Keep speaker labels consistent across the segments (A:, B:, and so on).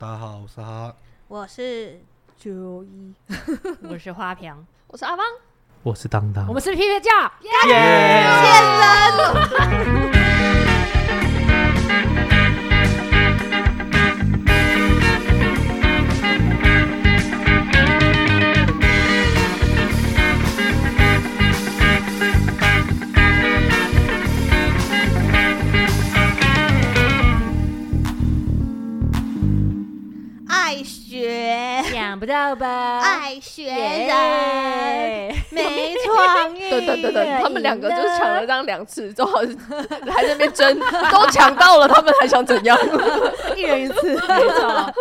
A: 大家好，我是哈哈，
B: 我是
C: 九一，
D: 我是花瓶，
B: 我是阿邦，
E: 我是当当
D: 我，们是匹配架。
B: 爱学
D: 想不到吧？
B: 爱学人，
D: 耶，
B: 没创意。
C: 对对对对，他们两个就是抢了这样两次，都好像 还在那边争，都抢到了，他们还想怎 样？
B: 一人一次。
D: 没错，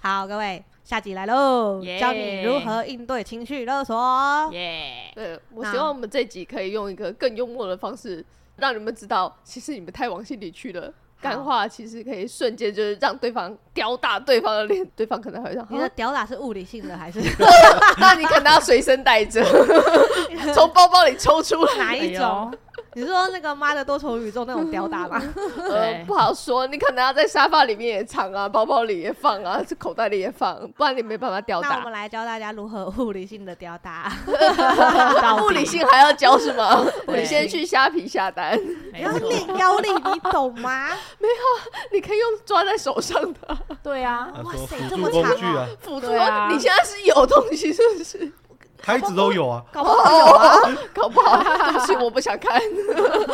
B: 好，各位，下集来喽
D: 耶
B: 教你如何应对情绪勒索。
D: 耶，
C: 对，我
B: 那
C: 希望我们这集可以用一个更幽默的方式，让你们知道，其实你们太往心里去了。干话其实可以瞬间就是让对方吊打对方的脸，对方可能还 会想，
B: 你的屌打是物理性的 还是
C: 那你可能要随身 带着，从包包里抽出来。
B: 哪一种？你说那个妈的多重宇宙那种屌打 吗？
C: 呃，不好说，你可能要在沙发里面也藏啊，包包里也放啊，这口袋里也放，不然你没办法吊
B: 那我
C: 打
B: 们。来教大家如何物理性的屌打。
D: 哎
C: 物理性还要教是 吗？
D: 对
C: 你先去虾皮下单，
B: 不
D: 没
B: 要
D: 错，
B: 练腰力，你懂吗？
C: 你可以用抓在手上的
D: 对啊，
A: 他
B: 哇
A: 说
B: 塞
A: 辅
B: 这
A: 助
B: 么
A: 工
B: 长
A: 具啊，
C: 辅助哦
D: 对啊。
C: 你现在是有东西是不 是？
A: 他一直都有啊，
B: 搞不好有啊。
C: 搞不好，对不起，我不想看。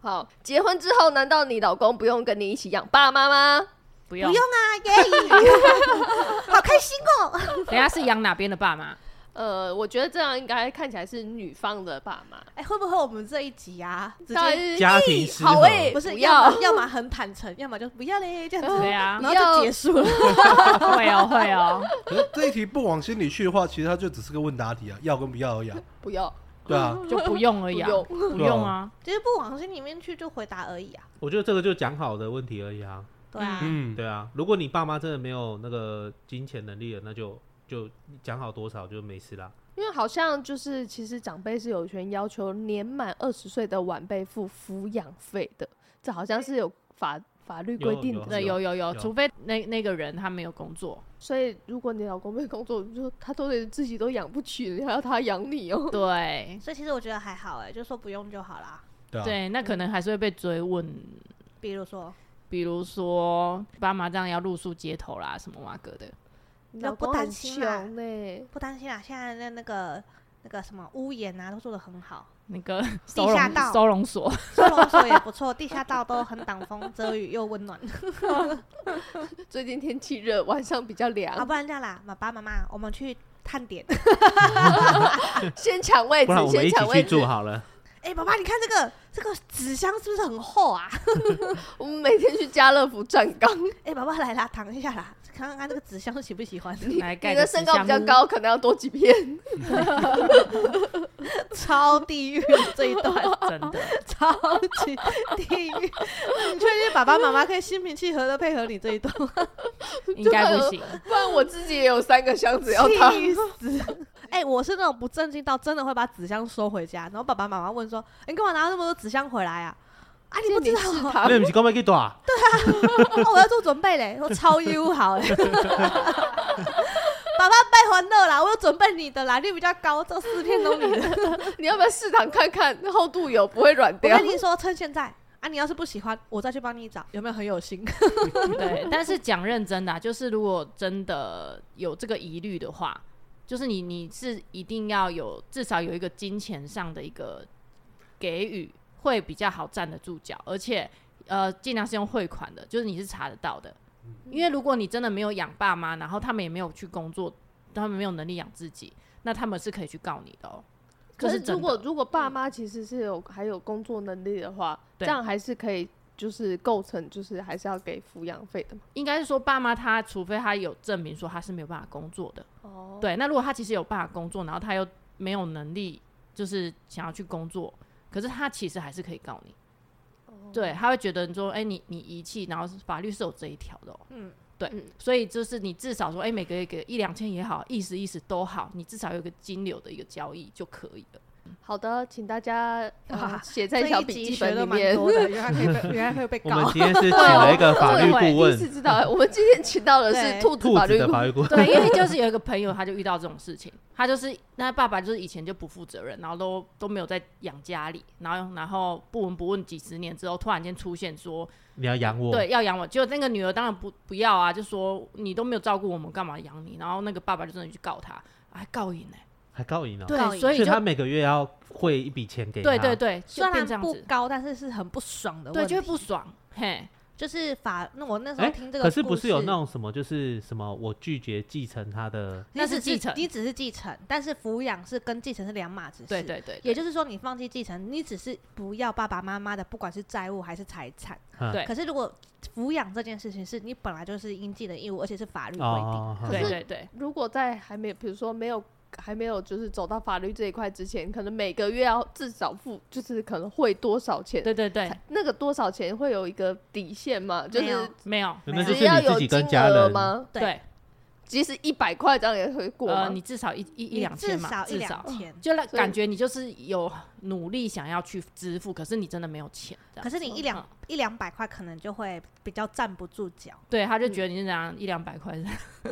C: 好，结婚之后，难道你老公不用跟你一起养爸妈吗？
D: 不
B: 不
D: 用
B: 用，啊，耶！ 好开心哦。
D: 等下是养哪边的爸妈？
C: 呃，我觉得这样应该看起来是女方的爸妈，
B: 哎，会不会我们这一集啊，直
C: 当然
B: 接
C: 是
E: 家庭失
C: 好
E: 衡，
C: 诶，
B: 不是要
C: 要
B: 么要么很坦诚，要么就不要嘞这样子，
D: 对啊，
B: 然后就结束了。
D: 会 哦会哦，
A: 可是这一题不往心里去的话，其实它就只是个问答题啊，要跟不要
B: 嗯
A: 而已啊，
C: 不要
A: 对啊，
D: 就不用而
C: 不
D: 已啊，
C: 用。
D: 不用啊，
B: 其实不往心里面去就回答而已啊。
E: 我觉得这个就讲好的问题而已啊。
B: 对啊，
A: 嗯，
E: 对啊，如果你爸妈真的没有那个金钱能力了，那就就讲好多少就没事啦。
C: 因为好像就是，其实长辈是有权要求年满二十岁的晚辈付抚养费的，这好像是有法法律规定
E: 有
C: 的。
D: 对，有有有，
E: 有
D: 除非那那个人他没有工作，
C: 所以如果你老公没工作，你就他都得自己都养不起，你还要他养你哦、
D: 对
B: 所以其实我觉得还好哎，就说不用就好啦。
A: 对啊，
D: 对，那可能还是会被追问，
B: 比如说，
D: 比如说爸妈这样要露宿街头啦，什么哇哥的，
C: 你
B: 那
C: 老公
B: 不担
C: 很
B: 心啊
C: 穷呢，
B: 不担心啊，现在的那个那个什么屋檐啊都做的很好，
D: 那个收
B: 地下
D: 容
B: 道
D: 收容所，
B: 收容所也不错，地下道都很挡风遮雨又温暖。
C: 最近天气热，晚上比较
B: 啊，
C: 凉，
B: 不然这样啦，爸爸妈妈，我们去探点。
C: 先抢位
E: 不
C: 置
E: 然，我们
C: 先
E: 一起
C: 抢位
E: 去
C: 置
E: 住。好了。
B: 哎、爸爸，你看这个这个纸箱是不是很厚啊？
C: 我们每天去家乐福站岗，
B: 哎、爸爸来啦，躺一下啦，看看看这个纸箱喜不喜欢，
D: 来盖
C: 你
D: 个
C: 的身
D: 纸
C: 高
D: 箱
C: 比较
D: 屋，
C: 高，可能要多几片。
B: 超地狱这一 段，
D: 真的。
B: 超级地狱。 你确定爸爸妈妈可以心平气和的配合你这一段吗？
D: 应该不行。
C: 不然我自己也有三个箱子要扛。
B: 气死！哎、我是那种不正经到真的会把纸箱收回家，然后爸爸妈妈问说：“哎你干嘛拿那么多纸箱回来啊？”啊，你不知
C: 你
B: 道
C: 是
B: 哦，
C: 他
E: 那你们刚买给多少？
B: 哦我要做准备嘞，我超友好嘞。 爸爸拜还乐啦，我有准备你的啦，率比较高，这四片都你 的。
C: 你要不要试躺看看厚度有不会软
B: 我
C: 掉？
B: 跟你说，趁现在啊，你要是不喜欢，我再去帮你找，有没有很有心？
D: 对，但是讲认真的啊、就是如果真的有这个疑虑的话，就是你你是一定要有至少有一个金钱上的一个给予，会比较好站得住脚，而且呃尽量是用汇款的，就是你是查得到的。因为如果你真的没有养爸妈，然后他们也没有去工作，他们没有能力养自己，那他们是可以去告你的哦。这
C: 可是
D: 真的
C: 如果如果
B: 嗯
C: 爸妈其实是有还有工作能力的话，这
D: 对
C: 样还是可以，就是构成就是还是要给抚养费的嘛。
D: 应该是说爸妈他，除非他有证明说他是没有办法工作的。
C: 哦，
D: 对，那如果他其实有办法工作，然后他又没有能力，就是想要去工作，可是他其实还是可以告你。
C: 哦
D: 对，他会觉得你说，哎、你你遗弃，然后是法律是有这一条的、哦。
B: 嗯，
D: 对，
C: 嗯
D: 所以就是你至少说，哎、每个月给一两千也好，意思意思都好，你至少有一个金流的一个交易就可以了。
C: 好的，请大家呃
B: 哇
C: 写
B: 这
C: 在小
B: 一
C: 笔
B: 集
C: 记
B: 学
C: 本
B: 了
C: 里
B: 蛮
C: 面。
B: 多 的，原来可以 被原来可以被
E: 我
B: 告
E: 们。今天是请了一个法律顾
C: 我第一
E: 问，
C: 次知道，我们今天请到的是
B: 对
C: 兔子
E: 兔
C: 法
E: 子
C: 律
E: 的
C: 顾
E: 法
C: 问。
E: 律顾问，
D: 对，因为就是有一个朋友，他就遇到这种事情，他就是那爸爸就是以前就不负责任，然后都都没有在养家里，然后然后不闻不问几十年之后，突然间出现说，
E: 你要养我，
D: 对，要养我，结果那个女儿当然不不要啊，就说你都没有照顾我们，干嘛养你？然后那个爸爸就真的去告他，还告赢呢、
E: 还告赢了，
D: 对
B: 告赢
D: 所以
E: 所以
D: 就
E: 他每个月要汇一笔钱给他，
D: 对对对，就
B: 虽
D: 变这
B: 然
D: 样
B: 不
D: 子，
B: 高，但是是很不爽的
D: 对，
B: 问题，
D: 就会不爽，嘿，
B: 就是法。那我那时
E: 哎
B: 候听这个
E: 可
B: 故事，
E: 是不是有那种什么，就是什么我拒绝继承他的，
B: 你
D: 那
B: 只
D: 是继承
B: 你只是继承，但是抚养是跟继承是两码子事。
D: 对对对，
B: 也
D: 就
B: 就是说，你放弃继承，你只是不要爸爸妈妈的，不管是债务还是财产。
E: 嗯
D: 对
B: 可是如果抚养这件事情是你本来就是应尽的义务，而且是法律规定，
E: 哦，
D: 对
C: 可是
D: 对对，
C: 如果在还没有，比如说没有还没有就是走到法律这一块之前，可能每个月要至少付，就是可能会多少钱？
D: 对对对
C: 才，那个多少钱会有一个底线吗？就
B: 没有
C: 是
D: 没有，
E: 那就
C: 只
E: 是
C: 哎要
E: 你
C: 有
E: 自己跟
C: 金
E: 家
C: 额
E: 人，
C: 吗？
B: 对
D: 对，
C: 即使一百块这样也会过吗？
D: 呃，你至少一一一
B: 你
D: 两千
B: 至
D: 嘛，
B: 少一
D: 至
B: 两
D: 少。嗯
B: 千。
D: 就让
C: 所以
D: 感觉你就是有努力想要去支付，可是你真的没有钱，这样
B: 可是你一两、
D: 嗯
B: 一两百块可能就会比较站不住脚，
D: 对，他就觉得你是这样一两百块，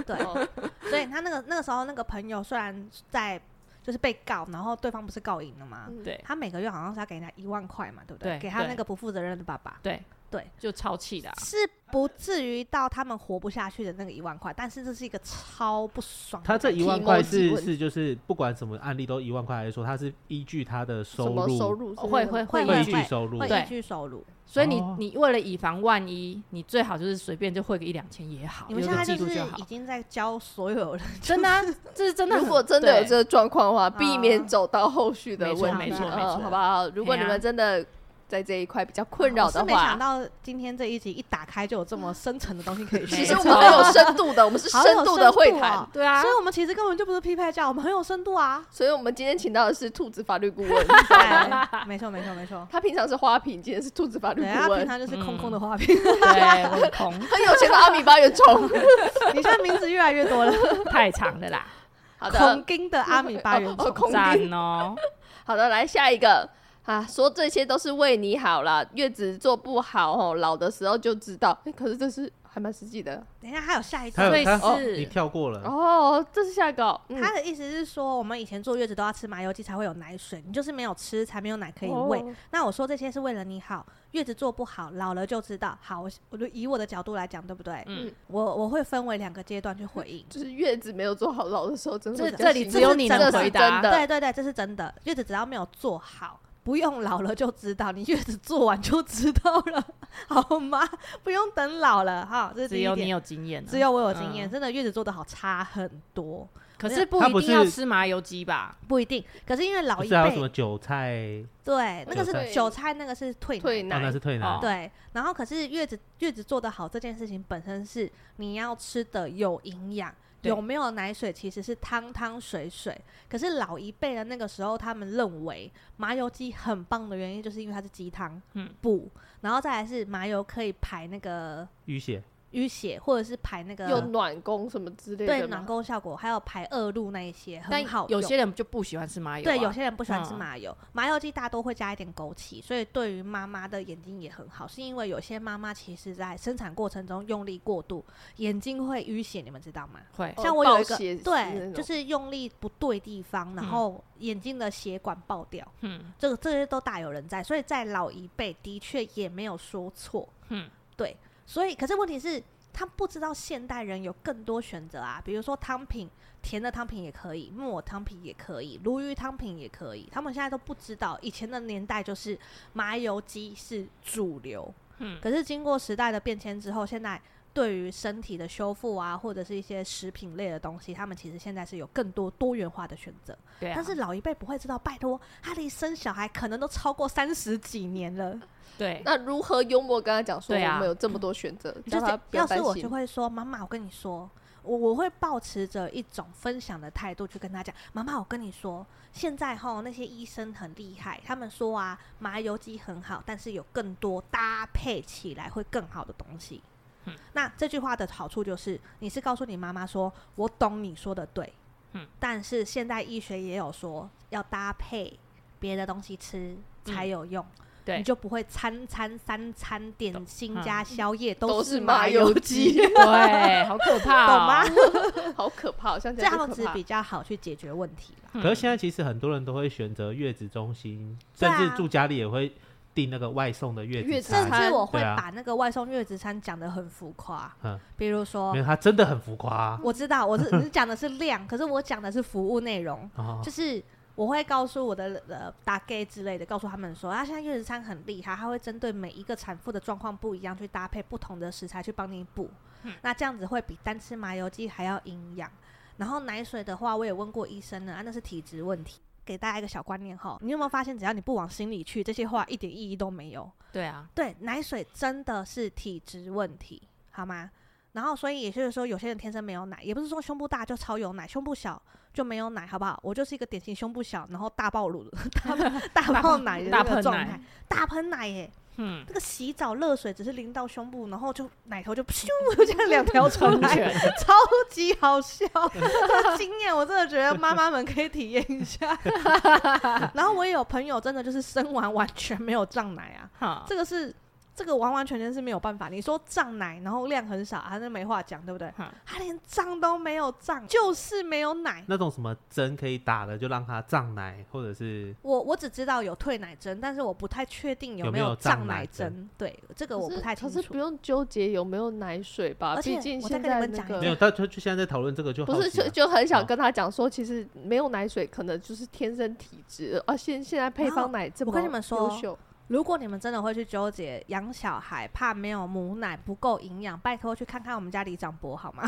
B: 对，
C: 哦
B: 所以他那个那个时候那个朋友虽然在就是被告，然后对方不是告赢了吗？
C: 嗯
D: 对
B: 他每个月好像是要给人家一万块嘛，对不
D: 对
B: 给他
D: 对
B: 那个不负责任的爸爸，
D: 对
B: 对，
D: 就超气的啊、
B: 是不至于到他们活不下去的那个一万块，但是这是一个超不爽的
E: 他这
B: 感觉
E: 一万块
C: 哦提
E: 是
C: 莫提问
E: 是就是不管什么案例都一万块，还是说他是依据他的收
C: 什么
E: 入，
C: 收入之类的？
D: 会会
B: 哦会啊
E: 会
D: 会
E: 依据收入
B: 会，
D: 对
B: 依据收入。
D: 所以你
E: 哦
D: 你为了以防万一，你最好就是随便就汇个一两千也好，
B: 你们
D: 啊有
B: 现
D: 个
B: 在
D: 记
B: 就
D: 录
B: 是
D: 好
B: 已。经在教所有人，
D: 真的、啊，这是真的很。
C: 如果真的有
D: 对嗯
C: 这个状况的话，
B: 对
C: 避免走到后续的
D: 没错
C: 问题，
B: 没错
C: 嗯
D: 没错
C: 好不好？如果
D: 嘿啊
C: 你们真的在这一块比较困扰
B: 我
C: 的
B: 是没想
C: 话，
B: 到今天这一集一打开就有这么深层的东西 可以学。
C: 其实我们很有深度的，我们是
B: 好有
C: 深度的会
B: 深度
C: 谈。
B: 哦。
D: 对啊
B: 所，以我们其实根本就不是批判教，我们很有深度啊
C: 所以我们今天请到的是兔子法律顾 问，
B: 对，没错没错没 错。
C: 他平常是花瓶，今天是兔子法律
B: 对，他
C: 顾问
B: 平。常就是空空的花瓶。
D: 对，我很空，
C: 很有钱的阿米巴 原虫。
B: 你现在名字越来越多了，
D: 太长了 啦，
C: 好
B: 孔
C: 的，
B: 丁的阿米巴原
C: 哦
B: 虫。
C: 孔丁
D: 赞 哦，
C: 好的，来下一个啊，说这些都是为你好啦，月子做不好哦，老的时候就知道。哎、可是这是还蛮实际的
B: 等一下还有下一集
E: 他。
D: 所
E: 有
D: 以
E: 他
D: 哦
E: 你跳过了，
C: 哦，这是下一个哦、嗯
B: 嗯他的意思是说，我们以前坐月子都要吃麻油鸡才会有奶水，你就是没有吃才没有奶可以喂。
C: 哦
B: 那我说这些是为了你好，月子做不好，老了就知道。好，我我就以我的角度来讲，对不对？
D: 嗯，
B: 我我会分为两个阶段去回应。
C: 就是月子没有做好，老的时候真的
D: 这
C: 会比较
D: 这里
C: 辛苦
D: 只有你
B: 这
D: 能
B: 是
D: 回
C: 真
D: 答
C: 的。
B: 对对对，这是真的。月子只要没有做好，不用老了就知道，你月子做完就知道了， 好吗？不用等老了哈，这是
D: 只
B: 第
D: 有
B: 一
D: 你
B: 点。
D: 有经验啊，
B: 只有我有经验，
D: 嗯
B: 真的月子做的好差很多，
D: 可是不
E: 他
D: 一
E: 不
D: 定要
E: 是
D: 吃麻油鸡吧？
B: 不一定。可是因为老
E: 不
B: 一
E: 是啊还有什么
B: 辈，
E: 韭菜，
B: 对，那个
E: 韭菜
B: 是韭菜，那个是退奶
C: 退
E: 当然
C: 奶
E: 是退
D: 哦
E: 奶，
B: 对，然后可是月子月子做得好这件事情本身是你要吃的有营养，
D: 对
B: 有没有奶水其实是汤汤水水。可是老一辈的那个时候，他们认为麻油鸡很棒的原因，就是因为它是鸡汤，
D: 嗯
B: 补，然后再来是麻油可以排那个
E: 淤血，
B: 淤血，或者是排那
C: 有
B: 个
C: 暖宫什么之类的吗，
B: 对暖宫效果，还有排恶露那一些，
D: 但
B: 很好
D: 有
B: 用。
D: 些人就不喜欢吃麻油啊，
B: 对，有些人不喜欢吃
D: 嗯
B: 麻油，麻油鸡大多会加一点枸杞，所以对于妈妈的眼睛也很好，是因为有些妈妈其实在生产过程中用力过度，眼睛会淤血，你们知道吗？
D: 会
C: 哦
B: 像我有一
C: 爆
B: 个
C: 血丝那
B: 对，
C: 种
B: 就是用力不对地方，然
D: 嗯
B: 后眼睛的血管爆掉，
D: 嗯
B: 这个这些都大有人在，所以在老一辈的确也没有说错，
D: 嗯，
B: 对，所以可是问题是。他不知道现代人有更多选择啊，比如说汤品，甜的汤品也可以，木耳汤品也可以，鲈鱼汤品也可以。他们现在都不知道，以前的年代就是麻油鸡是主流，
D: 嗯
B: 可是经过时代的变迁之后，现在对于身体的修复啊，或者是一些食品类的东西，他们其实现在是有更多多元化的选择。
D: 对啊，
B: 但是老一辈不会知道，拜托，他离生小孩可能都超过三十几年了。
D: 对
C: 那如何幽默跟他讲说
D: 对啊
C: 我们有这么多选择，
B: 嗯就
C: 叫
B: 是
C: 他不
B: 要
C: 要
B: 是
C: 担
B: 我
C: 心
B: 就。会说，妈妈，我跟你说，我我会保持着一种分享的态度去跟他讲，妈妈，我跟你说，现在哈那些医生很厉害，他们说啊，麻油鸡很好，但是有更多搭配起来会更好的东西。
D: 嗯
B: 那这句话的好处就是，你是告诉你妈妈说，我懂你说的对，
D: 嗯
B: 但是现代医学也有说要搭配。别的东西吃
C: 嗯
B: 才有用，
D: 对
B: 你就不会餐餐三餐点心
D: 嗯
B: 加宵夜
C: 都
B: 是
C: 是
B: 麻
C: 麻油
B: 鸡，
C: 鸡，
D: 对，好可 怕、
B: 懂吗
D: 哦，？
C: 好可怕，像
B: 这样子比较好去解决问题
C: 哦
B: 啦。
C: 嗯
E: 可是现在其实很多人都会选择月子中心，
B: 对
E: 甚
B: 啊
E: 至住家里也会订那个外送的月
C: 月
E: 子
C: 子
B: 甚
E: 餐。
B: 至
C: 餐
B: 我会
E: 对啊
B: 把那个外送月子餐讲得很浮夸，
E: 嗯，
B: 比如说
E: 没有，，它真的很浮夸啊、
B: 我知道我是你讲的是量，可是我讲的是服务内容，
E: 哦。
B: 就是我会告诉我的呃打 gay 之类的，告诉他们说，啊，现在月子餐很厉害，它会针对每一个产妇的状况不一样，去搭配不同的食材去帮你补。那这样子会比单吃麻油鸡还要营养。然后奶水的话，我也问过医生了，啊，那是体质问题。给大家一个小观念哈，你有没有发现，只要你不往心里去，这些话一点意义都没有。
D: 对啊，
B: 对，奶水真的是体质问题，好吗？然后，所以也就是说，有些人天生没有奶，也不是说胸部大就超有奶，胸部小就没有奶，好不好？我就是一个典型胸部小，然后大爆乳、 大爆大爆奶的
D: 大
B: 那
D: 喷
B: 个状
D: 奶
B: 态，大喷奶耶！
D: 嗯，
B: 这个洗澡热水只是淋到胸部，然后就奶头就 咻这样两条出来，超级好笑，这个经验我真的觉得妈妈们可以体验一下。 然后我也有朋友真的就是生完完全没有胀奶啊，
D: 好，
B: 这个是这个完完全全是没有办法。你说胀奶，然后量很少，还是没话讲，对不对？
D: 嗯
B: 他连胀都没有胀，就是没有奶。
E: 那种什么针可以打的，就让它胀奶，或者是
B: 我我只知道有退奶针，但是我不太确定有
E: 有
B: 没
E: 没
B: 有
E: 有胀
B: 胀
E: 奶
B: 奶
E: 针
B: 针。对，这个
C: 可
B: 我
C: 是
B: 不太清
C: 可是不
B: 楚。
C: 用纠结有没有奶水吧，
B: 而且
C: 毕竟
B: 我再
C: 现
B: 跟你
C: 在
B: 们
C: 那
B: 讲一
E: 没有。
C: 个。
E: 但就就现在在讨论这个就好
C: 呃不是，
E: 奇
C: 就
E: 了
C: 就很想
E: 好
C: 跟他讲说，其实没有奶水，可能就是天生体质啊。现现在配
B: 然后
C: 方奶这
B: 我
C: 么
B: 跟你们说
C: 优秀，
B: 如果你们真的会去纠结养小孩怕没有母奶不够营养，拜托去看看我们家李长博好吗？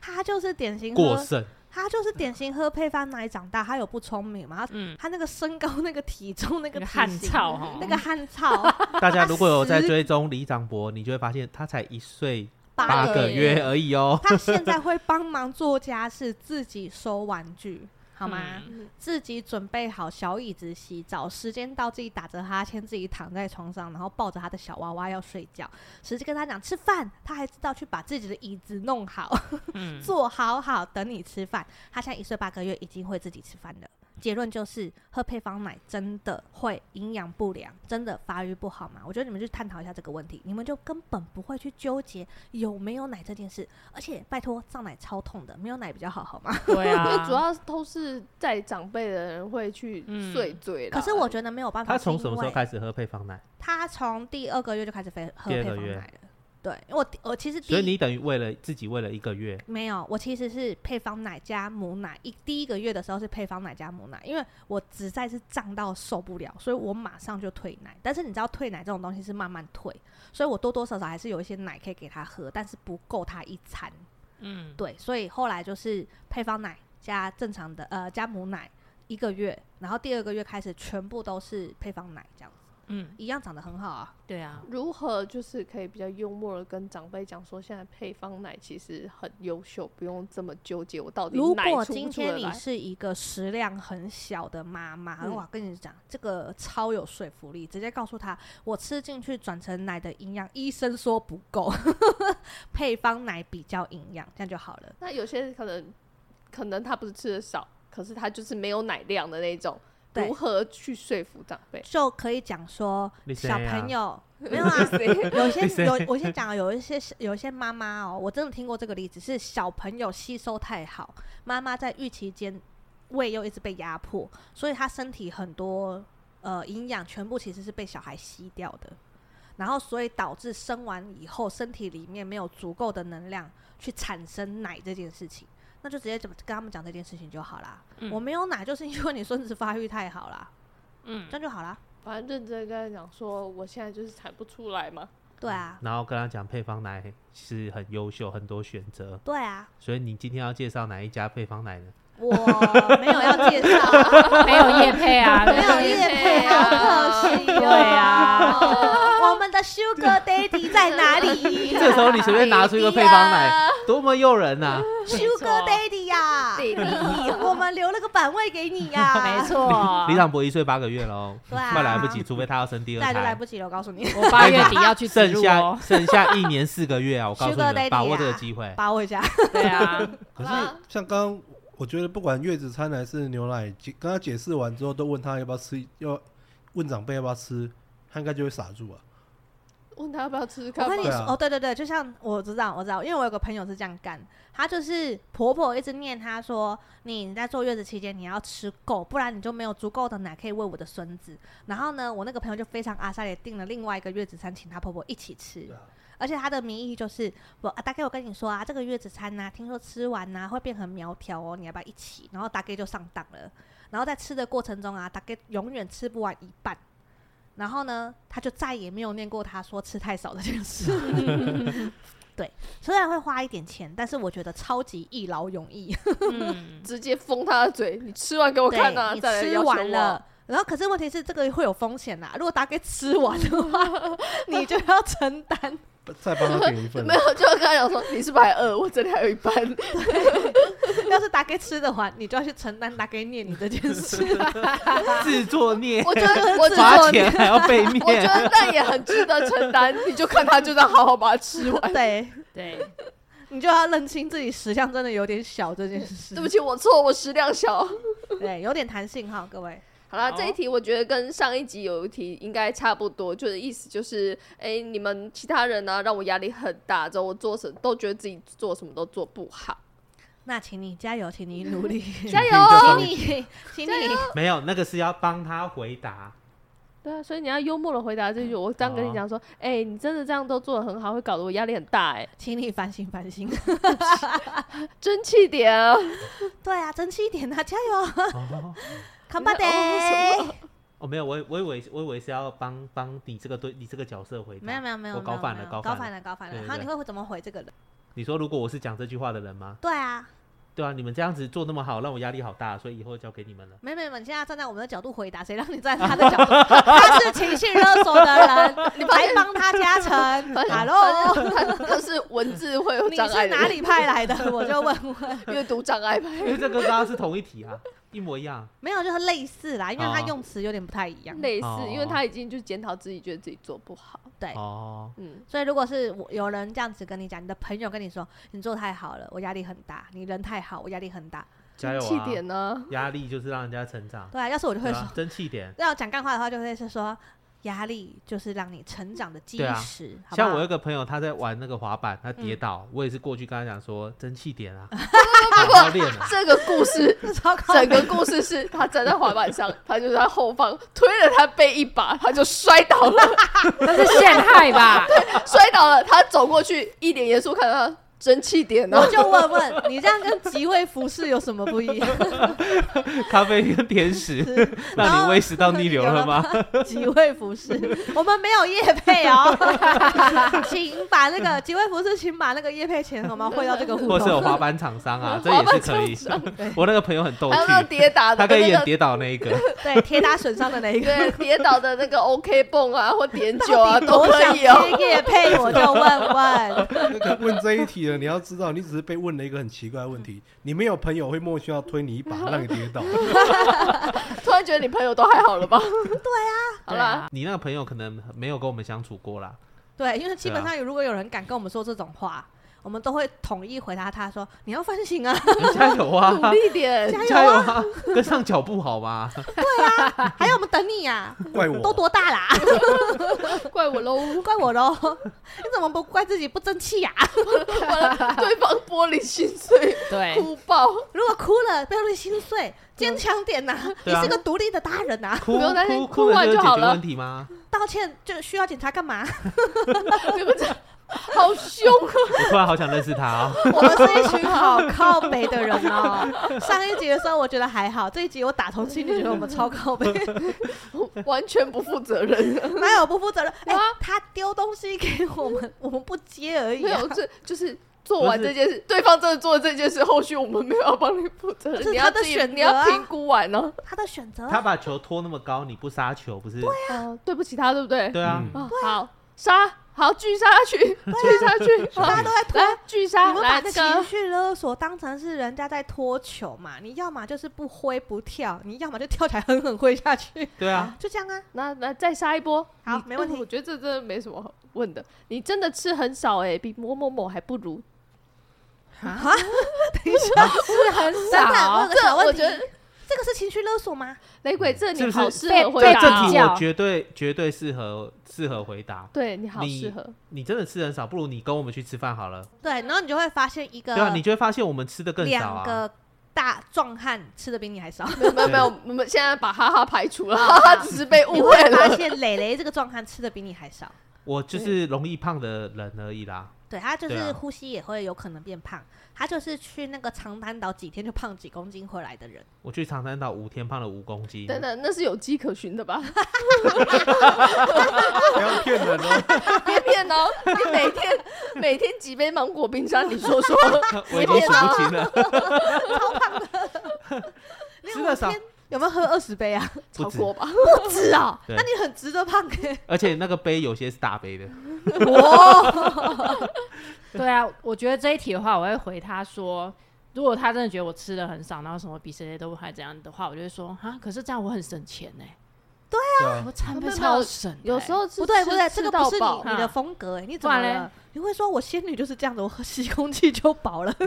B: 他就是典型
E: 过
B: 喝，
E: 剩，
B: 他就是典型喝配方奶长大。他有不聪明吗？他
D: 嗯，
B: 他那个身高、那个体重、那
D: 那
B: 个哦
D: 个
B: 体
D: 汗
B: 型
D: 臭哈，
B: 那个汗草
E: 大家如果有在
B: 十
E: 追踪李长博，你就会发现他才一岁
B: 八
E: 八
B: 个
E: 个
B: 月，
E: 月而已哦。
B: 他现在会帮忙做家事，自己收玩具，好吗？
D: 嗯
B: 自己准备好小椅子洗澡，时间到自己打着哈欠，自己躺在床上，然后抱着他的小娃娃要睡觉。实际跟他讲吃饭，他还知道去把自己的椅子弄好，
D: 嗯，
B: 做好好等你吃饭。他现在一岁八个月，已经会自己吃饭了。结论就是喝配方奶真的会营养不良，真的发育不好嘛？我觉得你们去探讨一下这个问题，你们就根本不会去纠结有没有奶这件事。而且拜托，胀奶超痛的，没有奶比较好，好吗？
D: 对
C: 因为
D: 啊，
C: 主要都是在长辈的人会去
D: 嗯
C: 碎嘴啦。
B: 可是我觉得没有办法，
E: 啊他从什么时候
B: 始？
E: 开始喝配方奶？
B: 他从第二个月就开始非喝
E: 第
B: 配
E: 二个
B: 方
E: 月
B: 奶了。对，因为我我其实第
E: 所以
B: 一
E: 你等于为了自己为了一个月，
B: 没有，我其实是配方奶加母奶。一第一个月的时候是配方奶加母奶，因为我实在是胀到受不了，所以我马上就退奶。但是你知道退奶这种东西是慢慢退，所以我多多少少还是有一些奶可以给他喝，但是不够他一餐。
D: 嗯，
B: 对，所以后来就是配方奶加正常的呃加母奶一个月，然后第二个月开始全部都是配方奶这样子，
D: 嗯，
B: 一样长得很好啊。
D: 对 啊，
C: 如何就是可以比较幽默的跟长辈讲说，现在配方奶其实很优秀，不用这么纠结我到底
B: 如
C: 奶
B: 果
C: 出不
B: 今
C: 出得
B: 天你
C: 来。
B: 是一个食量很小的妈妈，
C: 嗯
B: 哇，跟你讲，这个超有说服力，直接告诉她，我吃进去转成奶的营养，医生说不够， 配方奶比较营养，这样就好了。
C: 那有些可能可能他不是吃的少，可是他就是没有奶量的那种，
B: 对
C: 如何去说服长辈？
B: 就可以讲说，
E: 你谁
B: 小
E: 啊
B: 朋 友没有啊， 有些有我先讲啊，有一些有一些妈妈哦，我真的听过这个例子，是小朋友吸收太好，妈妈在孕期间胃又一直被压迫，所以她身体很多呃营养全部其实是被小孩吸掉的，然后所以导致生完以后身体里面没有足够的能量去产生奶这件事情。那就直接怎么跟他们讲这件事情就好啦。
D: 嗯
B: 我没有奶，就是因为你孙子发育太好啦，
D: 嗯
B: 这，样就好啦。
C: 反正认真跟他讲说，我现在就是产不出来嘛。
B: 对啊，
E: 然后跟他讲配方奶是很优秀，很多选择，
B: 对啊，
E: 所以你今天要介绍哪一家配方奶呢？
B: 我没有要介绍啊、
D: 没有叶配啊，
B: 没有业配， 好可惜、哦。
D: 对啊，
B: 我们的 Sugar Daddy 在哪里
E: 这时候你随便拿出一个配方奶，多么诱人啊呐、
B: ？Sugar Daddy 呀、
C: 弟弟，
B: 我们留了个版位给你 呀、
D: 没，错，
E: 李长博一岁八个月喽，
B: 对啊
E: 快来不及，除非他要生第二
B: 再就来
E: 胎
B: 不，及了，我告诉你，
D: 我八月底要去植
E: 剩
D: 入
E: 下
D: 哦，
E: 剩下一年四个月啊！我告诉 你
B: Sugar daddy 啊
E: 们，把握这个机会。
B: 把握一下。
D: 对啊，
A: 可是像刚刚我觉得不管月子餐还是牛奶，解跟他解释完之后，都问他要不要吃，要问长辈要不要吃，他应该就会傻住啊。
C: 问他要不要吃
B: 我跟
C: 干嘛
B: 你
A: 对
B: 说，
A: 啊
B: 哦，对对对，就像我知道，我知道，因为我有个朋友是这样干，她就是婆婆一直念她说，你在坐月子期间你要吃够，不然你就没有足够的奶可以喂我的孙子。然后呢，我那个朋友就非常阿莎也订了另外一个月子餐，请她婆婆一起吃
A: 对啊。
B: 而且她的名义就是我啊，大概我跟你说啊，这个月子餐呐、听说吃完呐、会变很苗条哦，你要不要一起？然后大概就上当了。然后在吃的过程中啊，大概永远吃不完一半。然后呢，他就再也没有念过他说吃太少的这件事。 对，虽然会花一点钱，但是我觉得超级一劳永逸。
D: 嗯，
C: 直接封他的嘴，你吃完给 我看啊，
B: 对
C: 再来
B: 你吃
C: 要求
B: 完
C: 我啊
B: 了。，然后可是问题是这个会有风险啊啦。如果大概吃完的 话，你就要承担。
A: 再帮他点一 份
C: 没，有，就跟他讲说你是不是还饿？我这里还有一 半。
B: 要是大概吃得完，你就要去承担大概念你这件事。
E: 自作孽，
C: 我觉 得，我觉
E: 罚
C: 得，
E: 钱还要被
C: 我觉
E: 灭，
C: 得啊但也很值得承 担。你就看他就这样好好把它 吃完。
B: 对，
D: 对，
B: 你就要认清自己食量真的有点小这件事。
C: 对不起，我错，我食量小。
B: 对，有点弹性哈，各位。
C: 好啦，
D: 好
C: 这一题我觉得跟上一集有一题应该差不多，就是意思就是，哎、你们其他人呢、让我压力很大，之后我做什么都觉得自己做什么都做不好。
B: 那请你加油，请你努力，
C: 加 油
B: 请
C: 哦
B: 你，请你。
E: 没有那个是要帮他回答。
C: 对啊，所以你要幽默的回答这句，我这样跟你讲
E: 啊
C: 说，哎、你真的这样都做的很好，会搞得我压力很大、哎，
B: 请你反省反省。
C: 争气点啊！
B: 对啊，争气一点啊，加油
E: 哦，
B: ，Come back
C: 那 哦
B: day。
E: 哦没有，我我以为我以为是要帮帮你这个对你这个角色回答。
B: 哦没有没有没有，
E: 我搞
B: 没有
E: 反
B: 没有
E: 了搞
B: 搞
E: 反
B: 反了，搞反
E: 对
B: 了。
E: 对
B: 好，你
E: 对
B: 会会怎么回这个人？
E: 你说如果我是讲这句话的人吗？
B: 对啊，
E: 对啊，你们这样子做那么好，让我压力好大，所以以后交给你们了。
B: 没没没，你现在要站在我们的角度回答，谁让你站在他的角度？他是情绪勒索的人， 你还帮他加 成？Hello，
C: 他他是文字会有
B: 你
C: 障碍
B: 是
C: 的
B: 哪
C: 人，
B: 里派来 的？我就问问。
C: 阅读障碍吧？
E: 因为这跟刚刚是同一题啊，一模 一样。
B: 没有，就是类似啦，因为他
E: 哦
B: 用词有点不太一样。
C: 类似
E: 哦，
C: 因为他已经就检讨自己，觉得自己做不好。
B: 对
E: 哦，
C: 嗯，
B: 所以，如果是我有人这样子跟你讲，你的朋友跟你说你做得太好了，我压力很大；你人太好，我压力很大。
E: 加油
C: 气
E: 啊！
C: 点呢？
E: 压力就是让人家成 长，
B: 对啊，要是我就会
E: 对
B: 说
E: 吧，？争气点。
B: 要讲干话的话，就会是说压力就是让你成长的基
E: 对啊
B: 石，好不嗯
E: 像
B: 好
E: 我有一个朋友，他在玩那个滑板，他跌倒，我也是过去跟他讲说，争气点 啊，好好练啊。
C: 这个故 事，
B: 糟糕，
C: 整个故事是他站在滑板上，他就是在后方推了他背一把，他就摔倒 了，
D: 那是陷害 吧？
C: 摔倒了。他走过去，一脸严肃看着他，争气点啊呢
B: 我？就问问你，这样跟集会服饰有什么不一样？
E: 咖啡跟甜食，让你胃食道逆流了吗？
B: 集会服饰，我们没有叶配哦， 请把那个集会服饰，请把那个叶配钱我们汇到这个户
E: 或是有
B: 头。
E: 滑板厂商啊，这也是可以。 我那个朋友很逗
C: 还有那个
E: 趣，
C: 跌打的
E: 他可以
C: 那
E: 演
C: 个。
E: 跌倒那一个，
B: 对，铁打损伤的那一个。
C: 对，跌倒的那个 OK 泵啊，或点酒啊，都
B: 我
C: 可
B: 想
C: 以哦。
B: 接叶配，我就问 问。
A: 那个问这一题了，你要知道，你只是被问了一个很奇怪的问题，你没有朋友会莫须要推你一 把，让你跌倒。
C: 突然觉得你朋友都还好了 吧？对啊，好
D: 对
C: 啦，
D: 啊，
E: 你那个朋友可能没有跟我们相处过啦，
B: 对，因为基本
E: 对啊
B: 上如果有人敢跟我们说这种话，我们都会统一回答他说：“你要反省啊，
E: 加油啊，
C: 努力点，
E: 加油啊，跟上脚步好吗？
B: 还有我们等你啊呀、
A: 怪
B: 都
A: 我，
B: 多大啦，
C: 怪我喽！
B: 怪我喽！ 你怎么不怪自己不争气呀、啊
C: 完了， 对方玻璃心碎，
D: 对，
C: 哭爆，
B: 如果哭了，不要被心碎，坚强点呐、你
E: 对啊
B: 是个独立的大人呐、啊
E: 哭
C: 不用担心
E: 哭
C: 哭
E: 了
C: 完
E: 就
C: 就
E: 解
C: 好
E: 决
C: 了
E: 问题吗？
B: 道歉就需要检查干嘛？
C: 你们这好凶啊！
E: 我突然好想认识他啊！
B: 我们是一群好靠北的人哦。上一集的时候我觉得还好，这一集我打从心里觉得我们超靠北，
C: 完全不负责任。
B: 哪有不负责任？哎、
C: 啊
B: 他丢东西给我们，我们不接而已、
C: 没
B: 啊。
C: 有，这就是做完这件事，对方真的做了这件事，后续我们没有要帮你负责
B: 这是
C: 任，你
B: 他
C: 要
B: 的
C: 自己
B: 选择啊
C: 你要评估完哦呢。
B: 他的选择啊、
E: 他把球拖那么高，你不杀球不是？
C: 哦，对不起他，对不对？
E: 对啊，
A: 嗯
C: 啊好，杀，好，继续杀下去，继续杀下去，
B: 大家
C: 好
B: 都在拖
C: 来继续杀，
B: 你们把
C: 来那
B: 情
C: 个。
B: 绪勒索当成是人家在拖球嘛？你要么就是不挥不跳，你要么就跳起来狠狠挥下去，
E: 对啊，
B: 就这样啊。
C: 那那再杀一波，
B: 好
C: 你
B: 没问题
C: 哎我觉得这真的没什么好欸 问的。你真的吃很少哎、比某某某还不如。
B: 啊，
D: 是很
B: 真的，我有
D: 少，
B: 个小
C: 我
B: 问题
C: 觉，得
B: 这个是情绪勒索吗？
C: 雷鬼，这
E: 是
C: 你
E: 不
C: 好
E: 是
C: 适
D: 被
C: 合回
D: 被
E: 这这
C: 答
D: 比
E: 题
C: 哦，
D: 较
E: 我绝对绝对适合适合回答。
C: 对你好
E: 你
C: 适合。
E: 你真的吃很少，不如你跟我们去吃饭好了。
B: 对，然后你就会发现一个
E: 对啊，你就会发现我们吃的更少
B: 两
E: 啊。
B: 个大壮汉吃的比你还少，
C: 没有没有没有，我们现在把哈哈排除了，哈哈只是被误
B: 你
C: 啊会
B: 会发
C: 了。
B: 现磊磊这个壮汉吃的比你还少。
E: 我就是容易胖的人而已啦。
B: 对他就
E: 对
B: 是
E: 啊
B: 呼吸也会有可能变胖，他就是去那个长滩岛几天就胖几公斤回来的人。
E: 我去长滩岛五天，胖了五公斤。
C: 等等，那是有迹可循的吧？
A: 不要骗人哦！
C: 别骗哦，你每天每天几杯芒果冰沙，你说说，
E: 我已经数不清了，
B: 你
E: 吃的少啊
B: 五天有没有喝二十杯啊？
E: 不
C: 超
E: 止。
C: 过吧？
B: 不止啊，
E: 对
B: 那你很值得胖欸耶。
E: 而且那个杯有些是大杯的，
D: 对啊，我觉得这一题的话，我会回他说，如果他真的觉得我吃的很少，然后什么比谁谁都还怎样的话，我就会说啊，可是这样我很省钱呢、
A: 对啊，
D: 我餐
C: 没
D: 费
C: 有
D: 超省的欸、
C: 有时候是
B: 不对
C: 吃
B: 不对，
C: 吃
B: 这个
C: 到
B: 不是
C: 饱
B: 你你的
D: 啊
B: 风格哎，你怎
D: 不
B: 么
D: 然嘞
B: 了？你会说我仙女就是这样的，我喝吸空气就饱了。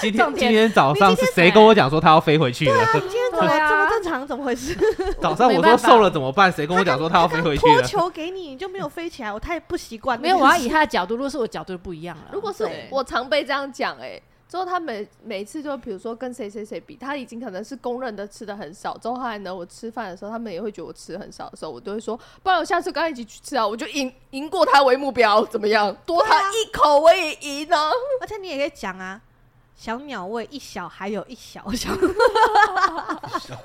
E: 今
D: 重点
E: 天今天早上是谁
D: 才
E: 跟我讲说他要飞回去了？
B: 今天怎么
D: 对啊
B: 这么正常？怎么回事？
E: 早上我
D: 没办
E: 说
D: 法
E: 瘦了怎么办？ 谁跟我讲说他要飞回 去
B: 脱
E: 了？
B: 球给你，你就没有飞起来，我太不习惯了。
D: 没有，我 要以他的角度，如果是我角度就不一样了。
C: 如果是
B: 对
C: 我常被这样讲，哎，之后他每每次就比如说跟谁谁谁比，他已经可能是公认的吃的很少，之后还呢，我吃饭的时候，他们也会觉得我吃很少的时候，我都会说，不然我下次跟他一起去吃啊，我就赢赢过他为目标，怎么样？多
B: 对啊
C: 他一口我也赢呢。
B: 而且你也可以讲啊，小鸟胃一小，还有一小 小，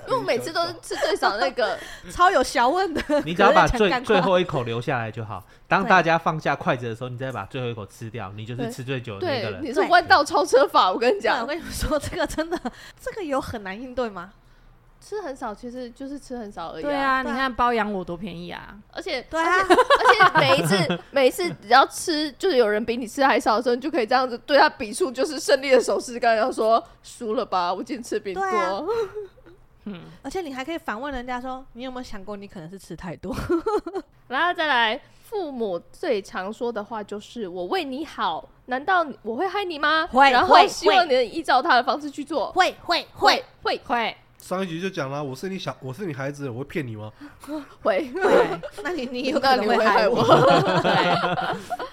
C: 因为我每次都是吃最少那 个，
B: 超有学问的。
E: 你只要把
B: 可是
E: 最
B: 干话
E: 最后一口留下来就好。当
B: 对
E: 大家放下筷子的时候，你再把最后一口吃掉，你就是
C: 对
E: 吃最久的那个
C: 对，
E: 人。
C: 你是弯道超车法，我跟你
B: 对，我
C: 讲，
B: 跟你们说，这个真的，这个有很难应对吗？
C: 吃很少其实就是吃很少而已、
D: 对
C: 啊，
D: 啊，
B: 对
D: 你
B: 啊
D: 看包养我多便宜啊！
C: 而且
B: 对啊，
C: 而且每一次每一次只要吃，就是有人比你吃还少的时候，你就可以这样子对他比出就是胜利的手势，跟他说输了吧，我今天吃饼多。
B: 对啊
D: 嗯，
B: 而且你还可以反问人家说，你有没有想过你可能是吃太多？
C: 然后再来，父母最常说的话就是“我为你好”，难道我会害你吗？
B: 会
C: 然后
B: 会
C: 希望你能依照他的方式去做。
B: 会会
C: 会会
D: 会
A: 上一集就讲了，我是你小，我是你孩子，我会骗你吗？
C: 会，
D: 会
B: 那你 你有
C: 有
B: 可
C: 道
B: 能
C: 理
B: 会
C: 会害
B: 害我。
C: 我。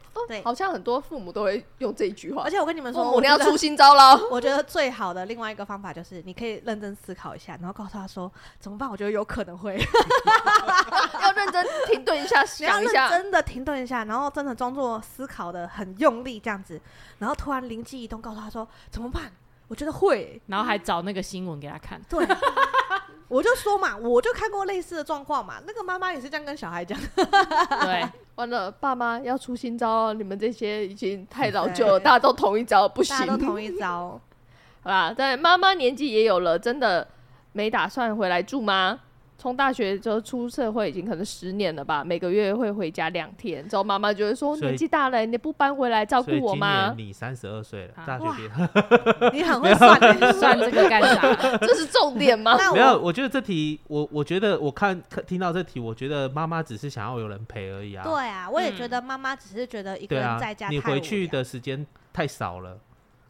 C: 对，哦
B: 对
C: 好像很多父母都会用这一句话
B: 而。且我跟你们
C: 父
B: 说，
C: 母
B: 我
C: 你
B: 觉
C: 要
B: 得
C: 出新招了。
B: 我觉得最好的另外一个方法就是，你可以认真思考一下，然后告诉他说怎么办？我觉得有可能会，
C: 要认真停顿一下，
B: 你要
C: 想一
B: 认
C: 下。
B: 真的停顿一下，然后真的装作思考的很用力这样子，然后突然灵机一动，告诉他说怎么办？我觉得会。
D: 然后还找那个新闻给他看，
B: 对， 我就说嘛，我就看过类似的状况嘛。那个妈妈也是这样跟小孩讲，
D: 对，
C: 完了，爸妈要出新招了，你们这些已经太老旧
B: 对
C: 了，大家都同一招，不行
B: 大。家都同一招。
C: 好啦，但妈妈年纪也有了，真的没打算回来住吗？从大学就出社会已经可能十年了吧，每个月会回家两天。之后妈妈就会说：“哦
E: 所以
C: 年纪大了，你不搬回来照顾
E: 所以
C: 我
E: 今年
C: 吗
E: 你三十二岁了，
D: 啊
E: 大学毕业。
B: 你 很会算、欸，
D: 算这个干啥？”
C: 这是重点 吗？
B: 那
E: 没有，
B: 我
E: 我觉得这题，我我觉得我看看听到这题，我觉得妈妈只是想要有人陪而已啊。
B: 对啊，我也
D: 嗯
B: 觉得妈妈只是觉得一个
E: 对
B: 人
E: 啊
B: 在家，太
E: 你
B: 无
E: 回去
B: 聊，
E: 的时间太少了。